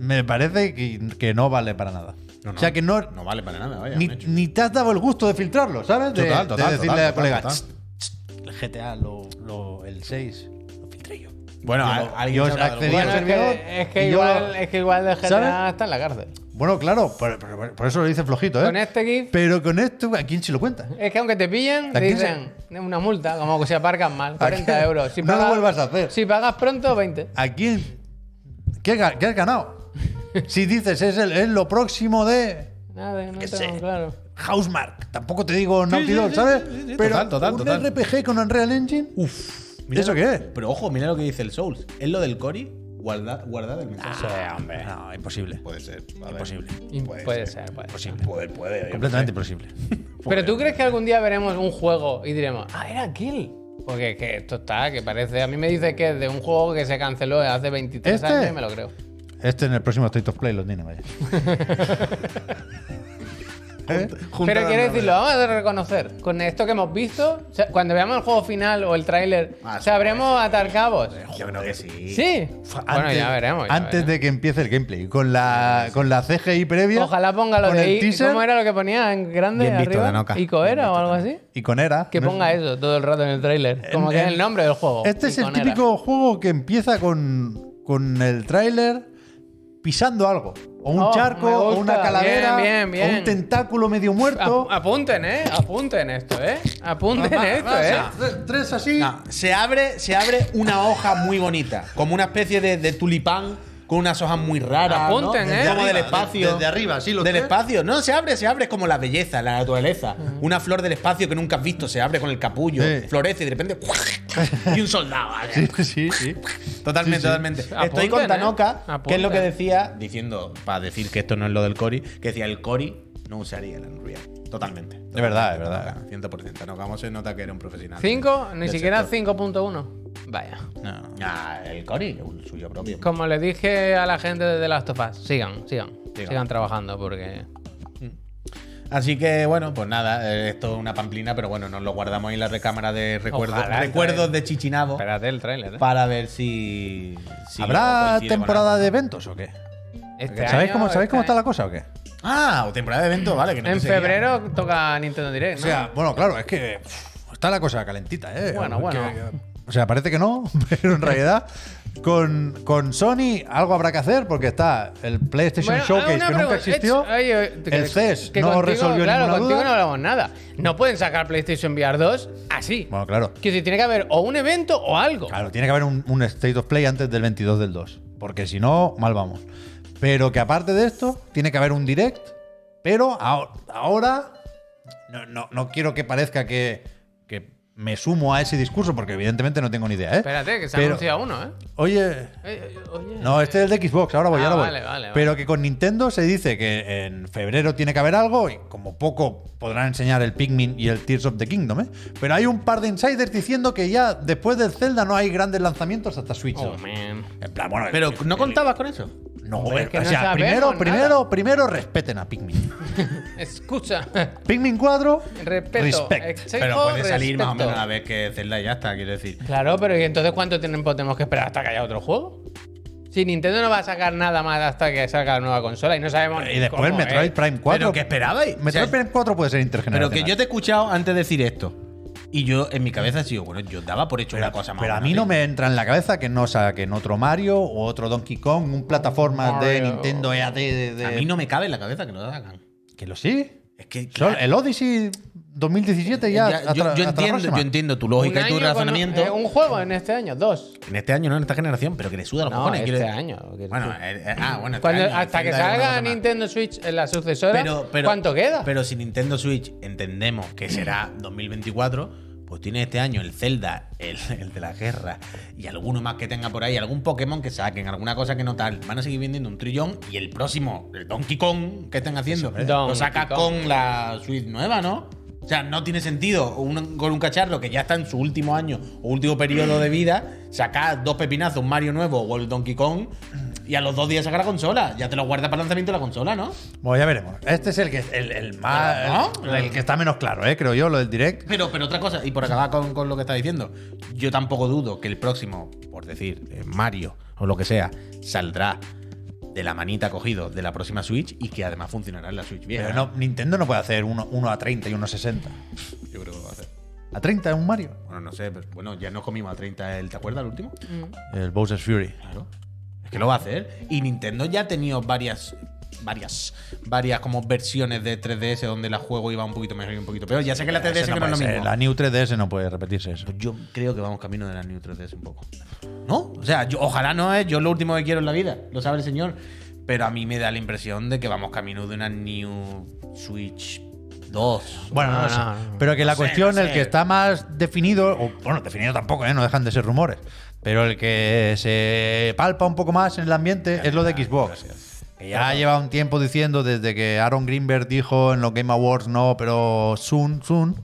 me parece que, que no vale para nada. No, no, o sea que no, No vale para nada, vaya. ni, un hecho. ni te has dado el gusto de filtrarlo, ¿sabes? De, Total, total, de decirle total, al colega, total, total. "Tss, tss, el GTA, lo, lo- el 6, lo filtré yo. Bueno, Yo- al- alguien yo se habrá dado accedí Bueno, cuenta. es que, es que Y yo- igual, es que igual de GTA ¿Sabes? ¿Eh? está en la cárcel. Bueno, claro, por, por- por eso lo dice flojito, ¿eh? Con este GIF. Pero con esto, ¿a quién se lo cuenta? Es que aunque te pillen, te ¿A quién se- dicen una multa, como que se aparcan mal, 40 qué? euros. Si No lo pagas- vuelvas a hacer. Si pagas pronto, 20. ¿A quién? ¿Qué, ga- qué has ganado? si dices, es, el- es lo próximo de Nada, no Que tengo sé. claro. Housemark. Tampoco te digo Naughty sí, Dog, sí, ¿sabes? sí, sí, sí. Pero Total, total, un total. RPG con Unreal Engine. Uf, ¿Eso lo- qué es? Pero ojo, mira lo que dice el Souls. Es lo del Cory, guardad, guardad el mensaje. hombre. No, imposible. Puede ser. vale. Imposible. Y Puede ser, puede ser. Imposible. Puede, puede. yo Completamente imposible. Pero tú crees que algún día veremos un juego y diremos, ah, era Kill. Porque es que esto está, que parece. A mí me dice que es de un juego que se canceló hace 23 ¿Este? años y me lo creo. Este en el próximo State of Play los tiene, vaya. Pero quiero decirlo, vamos a reconocer. Con esto que hemos visto, o sea, cuando veamos el juego final o el tráiler, Ah, sí, sabremos atar cabos. Yo creo que sí. Sí. Fa- bueno, ya veremos. ya antes veremos. de que empiece el gameplay, con la, con la CGI previa. Ojalá ponga lo con de el I- teaser ¿Cómo era lo que ponía en grande Bien visto, arriba? Danoka. Ico era o algo así. y con Era. Que no ponga E. sé. eso todo el rato en el tráiler. Como que En- es en- el nombre del juego. Este es el Iconera. típico juego que empieza con, con el tráiler pisando algo. O un Oh, charco, me o una gusta. calavera, Bien, bien, o bien. Ah, un tentáculo medio muerto. A- apunten, eh. Apunten esto, eh. Apunten Va- esto, va, o eh. sea, tres- Tres así. No, se abre, se abre una hoja muy bonita, como una especie de, de tulipán con unas hojas muy raras. Apunten, ¿no? ¿eh? Como del Arriba, espacio. de- desde arriba, sí, los Del tres. espacio. No, se abre, se abre. Es como la belleza, la naturaleza. Una flor del espacio que nunca has visto, se abre con el capullo, Sí. florece y de repente. y un soldado. Sí, sí, sí. Totalmente, Sí, sí. totalmente. Estoy Apunten, con ¿eh? Tanoka, que es lo que Apunten. decía, diciendo, para decir que esto no es lo del Cori, que decía el Cori no usaría el Unreal. Totalmente. Es verdad, es verdad. 100%. Tanoka, vamos se nota que era un profesional. 5, ni del siquiera sector. 5.1. Vaya. No. Ah, el Cori, el suyo propio. Como le dije a la gente de The Last of Us, sigan, sigan. Sigan. Sigan, trabajando porque. Así que bueno, pues nada, eh, esto es una pamplina, pero bueno, nos lo guardamos ahí en la recámara de recuerdos, Ojalá, recuerdos de Chichinabo Espérate el tráiler, ¿eh? para ver si, si ¿Habrá coincide con temporada algo. de eventos o qué? Este ¿Sabéis año- cómo, ¿sabéis cómo este está la cosa o qué? Ah, o temporada de eventos, vale. Que no año- En sé qué sería. febrero toca Nintendo Direct, O ¿no? sea, bueno, claro, es que uf, está la cosa calentita, ¿eh? Bueno, bueno. o sea, parece que no, pero en realidad con, con Sony algo habrá que hacer porque está el PlayStation Bueno, este ah, Showcase una que nunca pregunta. existió. Ech, oye, oye, el CES no resolvió claro, ninguna contigo duda. no hablamos nada. No pueden sacar PlayStation VR 2 así. Bueno, claro. Quiero decir, tiene que haber o un evento o algo. Claro, tiene que haber un, un State of Play antes del 22 del 2, porque si no, mal vamos. Pero que aparte de esto, tiene que haber un direct, pero ahora, ahora no, no- no quiero que parezca que, que me sumo a ese discurso, porque evidentemente no tengo ni idea, ¿eh? Espérate, que se ha Pero- anunciado uno, ¿eh? Oye, Eh, eh, Oye. No, este es el de Xbox, ahora voy, Ah, ahora voy. vale, vale, vale. Pero que con Nintendo se dice que en febrero tiene que haber algo y como poco podrán enseñar el Pikmin y el Tears of the Kingdom, ¿eh? Pero hay un par de insiders diciendo que ya después del Zelda no hay grandes lanzamientos hasta Switch. Oh, 2. man. en plan, bueno, Pero no contabas con eso. no, Hombre, es que o no sea, sabemos primero, nada. primero, primero respeten a Pikmin. Escucha. Pikmin 4, Respeto. respect. Exijo Pero puede salir más o respeto. menos a la vez que Zelda y ya está, quiero decir. Claro, pero ¿y entonces cuánto tiempo tenemos que esperar hasta que haya otro juego? Si Nintendo no va a sacar nada más hasta que salga la nueva consola y no sabemos Y ni después cómo eh? Metroid es. Prime 4. ¿Pero qué esperabais? Metroid O sea, Prime 4 puede ser intergeneracional. Pero que yo te he escuchado antes decir esto. Y yo en mi cabeza he sido, bueno, yo daba por hecho una cosa más. Pero a buena, mí no tío. me entra en la cabeza que no saquen otro Mario o otro Donkey Kong, un plataforma de Mario. Nintendo EAT. De, de- A mí no me cabe en la cabeza que lo hagan. Que lo sí. Es que. Sol- el Odyssey 2017 ya. Ya, hasta- yo, yo hasta la entiendo, próxima. yo entiendo tu lógica y año tu con- razonamiento. eh, un juego en este año, dos. En este año, no en esta generación, pero que le suda los No, cojones. este quiero- año. quiero Bueno, decir. eh, eh, ah, bueno, este Cuando- año, hasta que Zelda y alguna salga cosa más. Nintendo Switch en la sucesora, ¿cuánto queda? Pero si Nintendo Switch entendemos que será 2024, pues tiene este año el Zelda, el, el de la guerra, y alguno más que tenga por ahí, algún Pokémon que saquen, alguna cosa que no tal. Van a seguir vendiendo un trillón y el próximo, el Donkey Kong, que están haciendo, hombre. lo Donkey saca Kong. con la Switch nueva, ¿no? O sea, no tiene sentido un- con un cacharro que ya está en su último año o último periodo de vida, sacar dos pepinazos, un Mario nuevo o el Donkey Kong, y a los dos días sacar la consola. Ya te lo guarda para el lanzamiento de la consola, ¿no? Bueno, ya veremos. Este es el que el, el más. ¿No? El que está menos claro, eh, creo yo, lo del direct. Pero, pero otra cosa, y por acabar con, con lo que está diciendo, yo tampoco dudo que el próximo, por decir, eh, Mario o lo que sea, saldrá de la manita cogido de la próxima Switch y que además funcionará en la Switch vieja. Pero no, Nintendo no puede hacer uno, uno a 30 y uno a 60. Yo creo que va a ser. A 30 es un Mario. Bueno, no sé, pero bueno, ya nos comimos a 30 el, ¿te acuerdas el último? El Bowser's Fury. Claro. Es que lo va a hacer. Y Nintendo ya ha tenido varias. Varias. Varias como versiones de 3DS donde la juego iba un poquito mejor y un poquito peor. Ya sé que la 3DS Ese no que no es lo puede ser. mismo. La New 3DS no puede repetirse eso. Pues Yo creo que vamos camino de la New 3DS un poco. ¿No? O sea, yo- ojalá no es. Yo lo último que quiero en la vida. Lo sabe el señor. Pero a mí me da la impresión de que vamos camino de una New Switch 2. Bueno, no, No, lo sé. no, no. Pero que la Ah, No sé, cuestión, no el sé. que está más definido, o, bueno, definido tampoco, ¿eh? no dejan de ser rumores, pero el que se palpa un poco más en el ambiente es lo de Xbox. Que pues. ya lleva un tiempo diciendo desde que Aaron Greenberg dijo en los Game Awards no, pero soon, soon,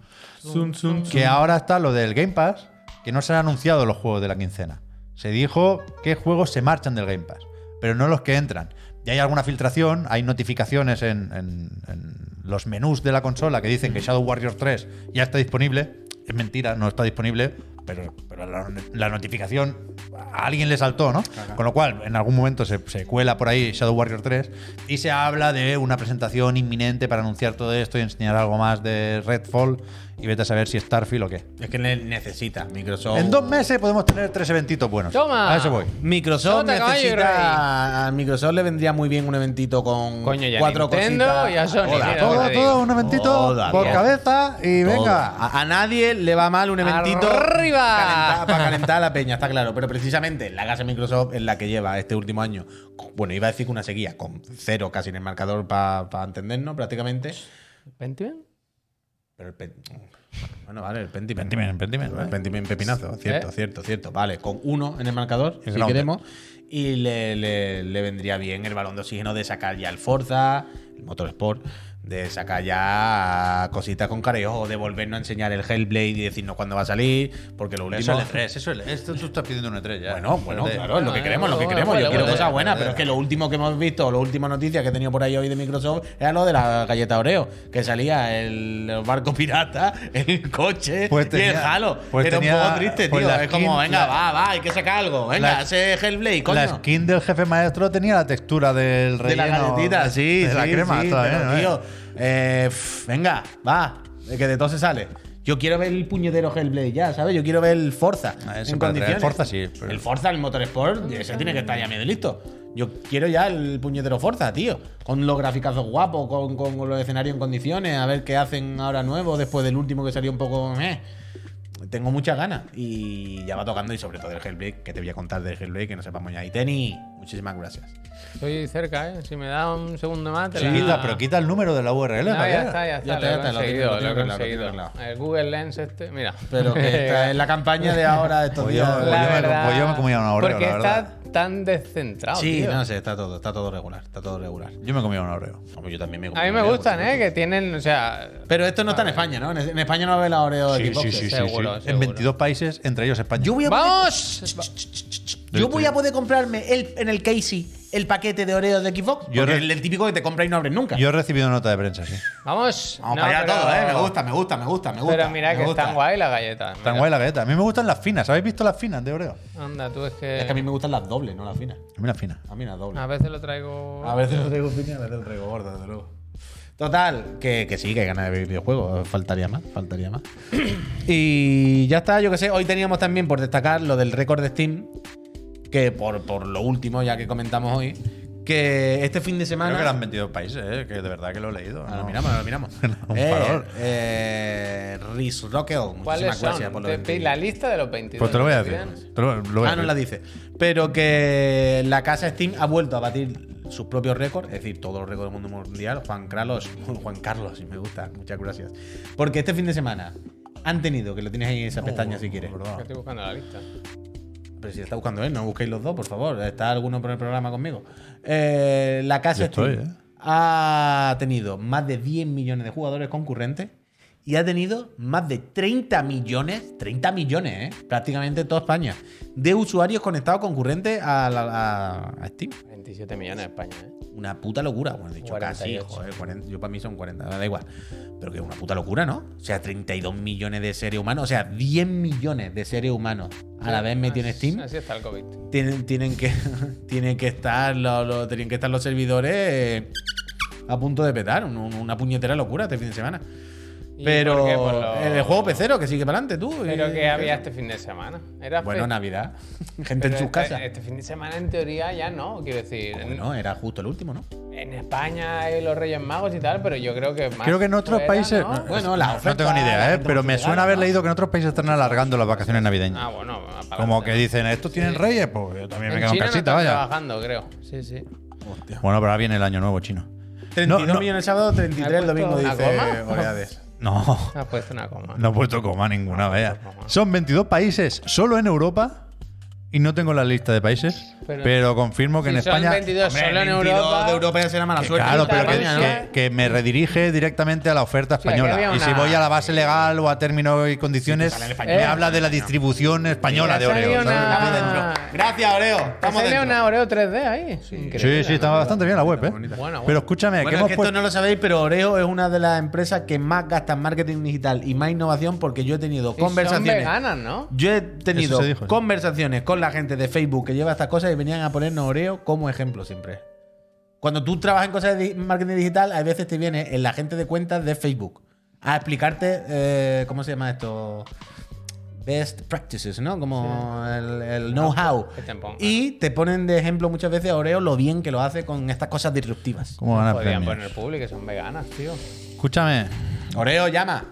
que ahora está lo del Game Pass, que no se han anunciado los juegos de la quincena. Se dijo qué juegos se marchan del Game Pass, pero no los que entran. Y hay alguna filtración, hay notificaciones en, en- en los menús de la consola que dicen que Shadow Warrior 3 ya está disponible, es mentira, no está disponible, pero, pero la, la notificación a alguien le saltó, ¿no? Con lo cual, en algún momento se, se cuela por ahí Shadow Warrior 3 y se habla de una presentación inminente para anunciar todo esto y enseñar algo más de Redfall y vete a saber si es Starfield o qué. Es que ne- necesita Microsoft. En dos meses podemos tener tres eventitos buenos. ¡Toma! A eso voy. Microsoft Sota, caballo y necesita. A Microsoft le vendría muy bien un eventito con Coño, y a cuatro Nintendo cositas. y a Sony, Hola, mira, todo, lo Todo, que te digo. todo, un eventito Toda, por bien. cabeza y todo. venga. A, a nadie le va mal un eventito. ¡Arriba! calentar- para calentar a la peña, está claro. Pero precisamente la casa de Microsoft es la que lleva este último año. con- Bueno, iba a decir que una sequía, con cero casi en el marcador para entendernos prácticamente. ¿Pentiment? Pero el pen- Bueno, vale, el Pentiment. Pentiment, Pentiment, El ¿eh? Pentiment pepinazo, cierto, ¿Eh? cierto, cierto. Vale, con uno en el marcador, si Grounded. queremos. Y le, le- le vendría bien el balón de oxígeno de sacar ya el Forza, el Motorsport, de sacar ya cositas con careojo, de volvernos a enseñar el Hellblade y decirnos cuándo va a salir, porque lo último. Eso es E3, eso es el- Esto tú estás pidiendo un E3 ya. Bueno, bueno, Espérate. claro, es lo que Ah, queremos, lo que bueno, queremos. bueno, Yo quiero bueno, cosas bueno, buenas, bueno. pero es que lo último que hemos visto, las últimas noticias que he tenido por ahí hoy de Microsoft, era lo de la galleta Oreo, que salía el, el barco pirata, el coche Pues y el tenía- halo. pues era un tenía- poco triste, pues tío. la es como, skin- venga, la- va, va, hay que sacar algo. Venga, la- ese Hellblade, coño. La skin del jefe maestro tenía la textura del de relleno. eh, la galletita, sí, de la sí, crema sí, todavía, pero, ¿no? tío, eh, pff, venga, va, de que de todo se sale. Yo quiero ver el puñetero Hellblade ya, ¿sabes? Yo quiero ver el Forza. Ah, eso en para condiciones. traer el Forza sí, pero- El Forza, el Motorsport, ese tiene que estar ya medio listo. Yo quiero ya el puñetero Forza, tío. Con los graficazos guapos, con, con los escenarios en condiciones, a ver qué hacen ahora nuevo después del último que salió un poco. eh. Tengo muchas ganas. Y ya va tocando, y sobre todo el Hellblade, que te voy a contar del Hellblade, que no sepamos ya. Y Tenny, muchísimas gracias. Estoy cerca, ¿eh? Si me da un segundo más, te Sí, la- quita, pero quita el número de la URL. No, ya Javier. está, ya Ya está. está, ya está, lo lo he tiene- conseguido, lo tiene lo he arreglado, lo tiene conseguido. arreglado. El Google Lens este, mira. Pero que esta es la campaña de ahora de estos Pues días. yo- pues yo me- pues yo me comía una Oreo, Porque la verdad. está tan descentrado, sí, tío. no sé, está todo, está todo regular, está todo regular. Yo me comía un Oreo. Hombre, yo también me A mí me gustan, ¿eh? Que tienen, o sea... Pero esto no está en España, ¿no? En- En España no ve la Oreo de Xbox. Seguro, En seguro. 22 países, entre ellos España. Yo voy a ¡Vamos! Yo voy a poder comprarme el, en el Casey el paquete de Oreo de Xbox. Yo porque re- es el típico que te compras y no abres nunca. Yo he recibido nota de prensa, sí. ¡Vamos! Vamos No, para allá pero- todo, ¿eh? Me gusta, me gusta, me gusta, me gusta. Pero mira me que gusta. están guay las galletas. Tan mira. guay la galleta. A mí me gustan las finas. ¿Habéis visto las finas de Oreo? Anda, tú es que... Es que a mí me gustan las dobles, no las finas. A mí las finas. A mí las dobles. A veces lo traigo... A veces lo traigo piña, a veces lo traigo gordo, desde luego. Total, que, que sí, que hay ganas de ver videojuegos. Faltaría más, faltaría más. y ya está, yo que sé. Hoy teníamos también por destacar lo del récord de Steam, que por, por lo último, ya que comentamos hoy, que este fin de semana. Creo que eran 22 países, eh, que de verdad que lo he leído. Ah, No. lo miramos, lo miramos. Un eh, farol. eh, Riz Rockel, ¿Cuáles muchísimas son? gracias por lo Te- del- La lista de los 22. Pues te lo voy a Bien. decir. Te lo- lo voy a Ah, no decir. la dice. Pero que la casa Steam ha vuelto a batir sus propios récords, es decir, todos los récords del mundo mundial. Juan Carlos, Juan Carlos, si me gusta, muchas gracias. Porque este fin de semana han tenido, que lo tienes ahí en esa pestaña si quieres. Perdón. Que Estoy buscando la lista. Pero si está buscando él, no busquéis los dos, por favor. Está alguno por el programa conmigo. Eh, la casa Yo estoy, Steam ¿eh? ha tenido más de 10 millones de jugadores concurrentes y ha tenido más de 30 millones, 30 millones, ¿eh? prácticamente toda España, de usuarios conectados concurrentes a, la- a- a Steam. 27 millones en España, ¿eh? Una puta locura, bueno, he dicho 48. casi, joder, 40, yo para mí son 40, da igual. Pero que es una puta locura, ¿no? O sea, 32 millones de seres humanos, o sea, 10 millones de seres humanos a la vez metido en Así- Steam Así está el COVID. tienen, tienen que tienen que estar los, los- tienen que estar los servidores eh, a punto de petar Un- un- una puñetera locura este fin de semana ¿Y pero por qué? Por lo- el juego pecero que sigue para adelante tú Pero y- que había este fin de semana. Era bueno fe- navidad gente en pero sus este- casas Este fin de semana en teoría ya no, quiero decir. en- no era justo el último no En, España hay los Reyes Magos y tal, pero yo creo que más Creo que en otros fuera, países. eh, ¿no? no, Bueno, la no oferta, tengo ni la idea, ¿eh? gente no pero me se suena regala, haber ¿no? leído que en otros países están alargando las vacaciones navideñas. Ah, bueno, va para Como que adelante. dicen, estos tienen reyes, pues yo también me En quedo en China no casita, están vaya. trabajando, creo. Sí, sí. Bueno, pero ahora viene el año nuevo chino. 32 no. millones el sábado 33 el ¿Me he domingo puesto dice una goma? Oreades No, Ha puesto una coma. no he puesto coma ninguna, vaya. Son 22 países solo en Europa y no tengo la lista de países, Pero- pero, confirmo que Si en son España. 22 Hombre, solo en 22 Europa. de Europa ya será mala que suerte. claro, en pero que, España, ¿no? que- que me redirige directamente a la oferta sea, que española. había Y si una- voy a la base legal o a términos y condiciones, Eh, sale en español. me habla de la distribución española Mira, de salió Oreo. una- ¿sabes? Estamos dentro. Gracias, Oreo. Estamos Sale dentro. una Oreo 3D ahí. Increíble, Sí, sí, ¿no? estaba bastante bien la web, ¿eh? bonita. Bueno, bueno. Pero escúchame, Bueno, Eh, que es hemos que puesto- esto no lo sabéis, pero Oreo es una de las empresas que más gasta en marketing digital y más innovación porque yo he tenido Y son conversaciones. veganas, ¿no? Yo he tenido Eso se dijo, sí. conversaciones con la gente de Facebook que lleva estas cosas y venían a ponernos Oreo como ejemplo siempre. Cuando tú trabajas en cosas de di- marketing digital, a veces te viene en la gente de cuentas de Facebook a explicarte, eh, ¿cómo se llama esto? Best practices, ¿no? Como el, el know-how. que te pongan. Y te ponen de ejemplo muchas veces a Oreo lo bien que lo hace con estas cosas disruptivas. ¿Cómo ganar Podrían premios? poner público, son veganas, tío. Escúchame, Oreo llama.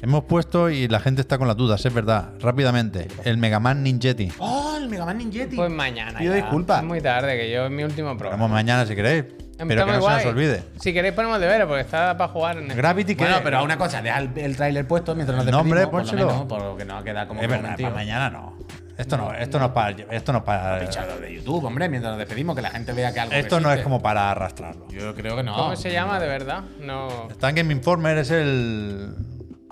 hemos puesto y la gente está con las dudas, es verdad. Rápidamente, el Mega Man Ninjetti. ¡Oh, el Megaman Ninjetti! Pues mañana. Pido ya. disculpas. Es muy tarde, que yo es mi último Vamos programa. mañana si queréis, pero Está que muy no se nos guay. olvide. Si queréis ponemos deberes, porque está para jugar en Gravity, que Bueno, pero a una cosa, deja el, el tráiler puesto mientras nos El nombre, despedimos, por lo pónselo. menos, porque no queda como es verdad, prometido. para mañana no. Esto no, esto no es para, esto no es para, Pinchado de YouTube, hombre, mientras nos despedimos, que la gente vea que algo esto no es existe. como para arrastrarlo. Yo creo que no. ¿Cómo se llama de verdad? No. Está en Game Informer, es el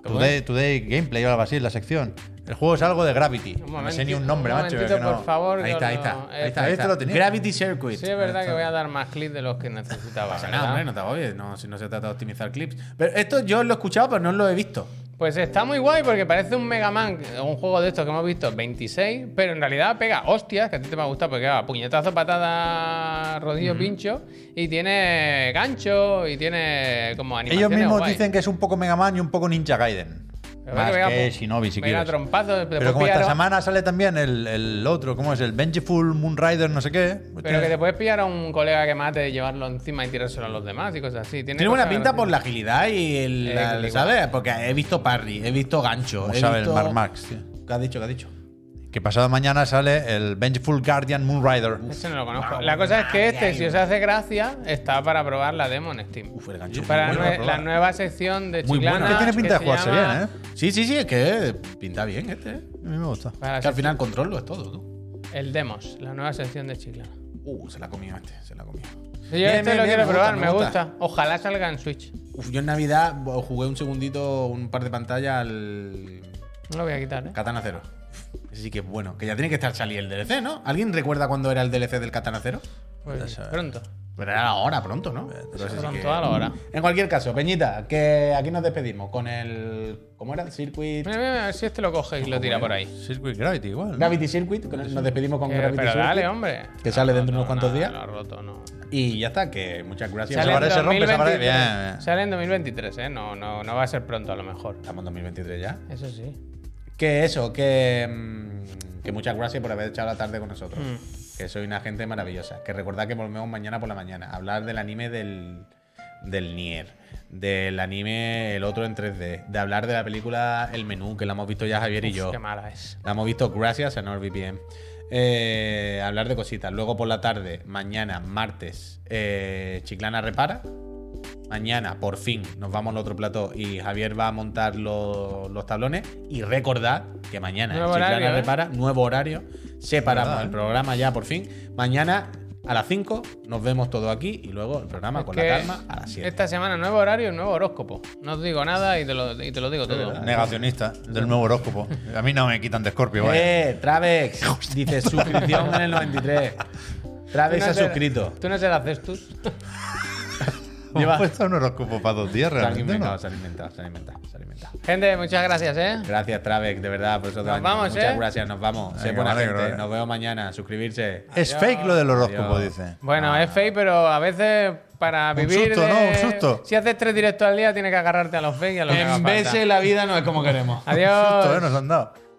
¿Cómo Today, Today Gameplay o algo así, la sección. El juego es algo de Gravity. Un no sé ni momentito, un nombre, un macho. momentito, que no- por favor. Ahí que está, ahí os está. lo- Ahí está, Eh, ahí este está. lo tenía. Gravity Circuit. Sí, es verdad que voy a dar más clics de los que necesitaba. No pasa ¿verdad? nada, hombre, no te agobies, no, si no se trata de optimizar clips. Pero esto yo lo he escuchado, pero no lo he visto. Pues está muy guay porque parece un Mega Man, un juego de estos que hemos visto 26, pero en realidad pega hostias, que a ti te va a gustar porque va puñetazo, patada, rodillo, pincho, y tiene gancho, y tiene como animaciones Ellos mismos guay. dicen que es un poco Mega Man y un poco Ninja Gaiden. Pero Más venga, que pu- Shinobi, si venga, quieres. trompazo, después Pero como esta pillar a- semana sale también el, el otro, ¿cómo es? El Vengeful Moon Rider, no sé qué. Pues Pero que te puedes pillar a un colega que mate y llevarlo encima y tirárselo a los demás y cosas así. Tiene, Tiene buena cosas pinta por graciosas. la agilidad y el. Eh, la- igual. ¿Sabes? Porque he visto parry, he visto gancho. Como he sabe visto- el Mark Max, tío. ¿Qué has dicho? ¿Qué has dicho? Que pasado mañana sale el Vengeful Guardian Moon Rider. Ese no lo conozco. La cosa es que este, si os hace gracia, está para probar la demo en Steam. Uf, el gancho. Para Muy nue- bueno, la probar. nueva sección de Muy Chiclana. buena. Es que tiene pinta de se jugarse llama- bien, ¿eh? Sí, sí, sí, es que pinta bien este. ¿eh? A mí me gusta. Es para la que al final controlo es todo, tú. sec- El Demos, la nueva sección de Chiclana. Uh, se la comió este, se la comió. Bien, Yo este bien, lo bien, quiero me gusta, probar, me me gusta. Ojalá salga en Switch. Uf, yo en Navidad bo- jugué un segundito, un par de pantallas al No lo voy a quitar, ¿eh? Katana Zero. Uf, Ese sí que es bueno. Que ya tiene que estar saliendo el DLC, ¿no? ¿Alguien recuerda cuándo era el DLC del Katana Zero? Pues pronto. Pero era ahora, pronto, ¿no? Pero ese sí Pues que- Mm. Pronto a la hora. En cualquier caso, Peñita, que aquí nos despedimos con el. ¿Cómo era? El Circuit. Mira, mira, a ver si este lo coge y lo eh. tira por ahí. Circuit Gravity igual. ¿no? Gravity Circuit, con el- nos despedimos con Que- Gravity pero Circuit. dale, hombre. Que sale dentro de unos cuantos Nada, días. Lo ha roto, no. Y ya está, que muchas gracias. Sale en aparece, rompe, se 2023. aparece. Bien, bien. Sale en 2023, ¿eh? No, no, no va a ser pronto a lo mejor. Estamos en 2023 ya. Eso sí. Que eso, que, mm, que muchas gracias por haber echado la tarde con nosotros. Mm. Que soy una gente maravillosa. Que recordad que volvemos mañana por la mañana a hablar del anime del, del Nier, del anime el otro en 3D, de hablar de la película El Menú, que la hemos visto ya Javier y Uf, yo. Qué mala es. La hemos visto gracias a NordVPN. Eh, hablar de cositas. Luego por la tarde, mañana, martes, eh, Chiclana repara. Mañana, por fin, nos vamos al otro plató y Javier va a montar lo- los tablones. Y recordad que mañana, Nuevo Chiclana horario, ¿eh? repara, nuevo horario. Separamos Verdad, el ¿eh? programa ya, por fin. Mañana a las 5 nos vemos todos aquí y luego el programa con Que la calma a las 7. Esta semana nuevo horario y nuevo horóscopo. No os digo nada y te lo, y te lo digo todo. Negacionista del nuevo horóscopo. A mí no me quitan de Scorpio, vaya. Eh, Travex, dice suscripción en el 93. Tú Travex no ha ser- suscrito. Tú no serás Cestus. ¿Hemos lleva- puesto un horóscopo para dos días Se han realmente? inventado, ¿no? se han inventado, se han inventado, se han inventado. Gente, muchas gracias, ¿eh? Gracias, Travex, de verdad, por esos Nos dos años. vamos, Muchas ¿eh? gracias, nos vamos. Sé Venga, buena me alegro, gente. eh. Nos vemos mañana. Suscribirse. Es fake lo del horóscopo, Adiós. dice. Bueno, es fake, pero a veces para Un vivir. susto, de- ¿no? Un susto. Si haces tres directos al día, tienes que agarrarte a los fake y a los que haga En falta. veces la vida no es como queremos. Adiós. Susto, ¿eh? Nos han dado.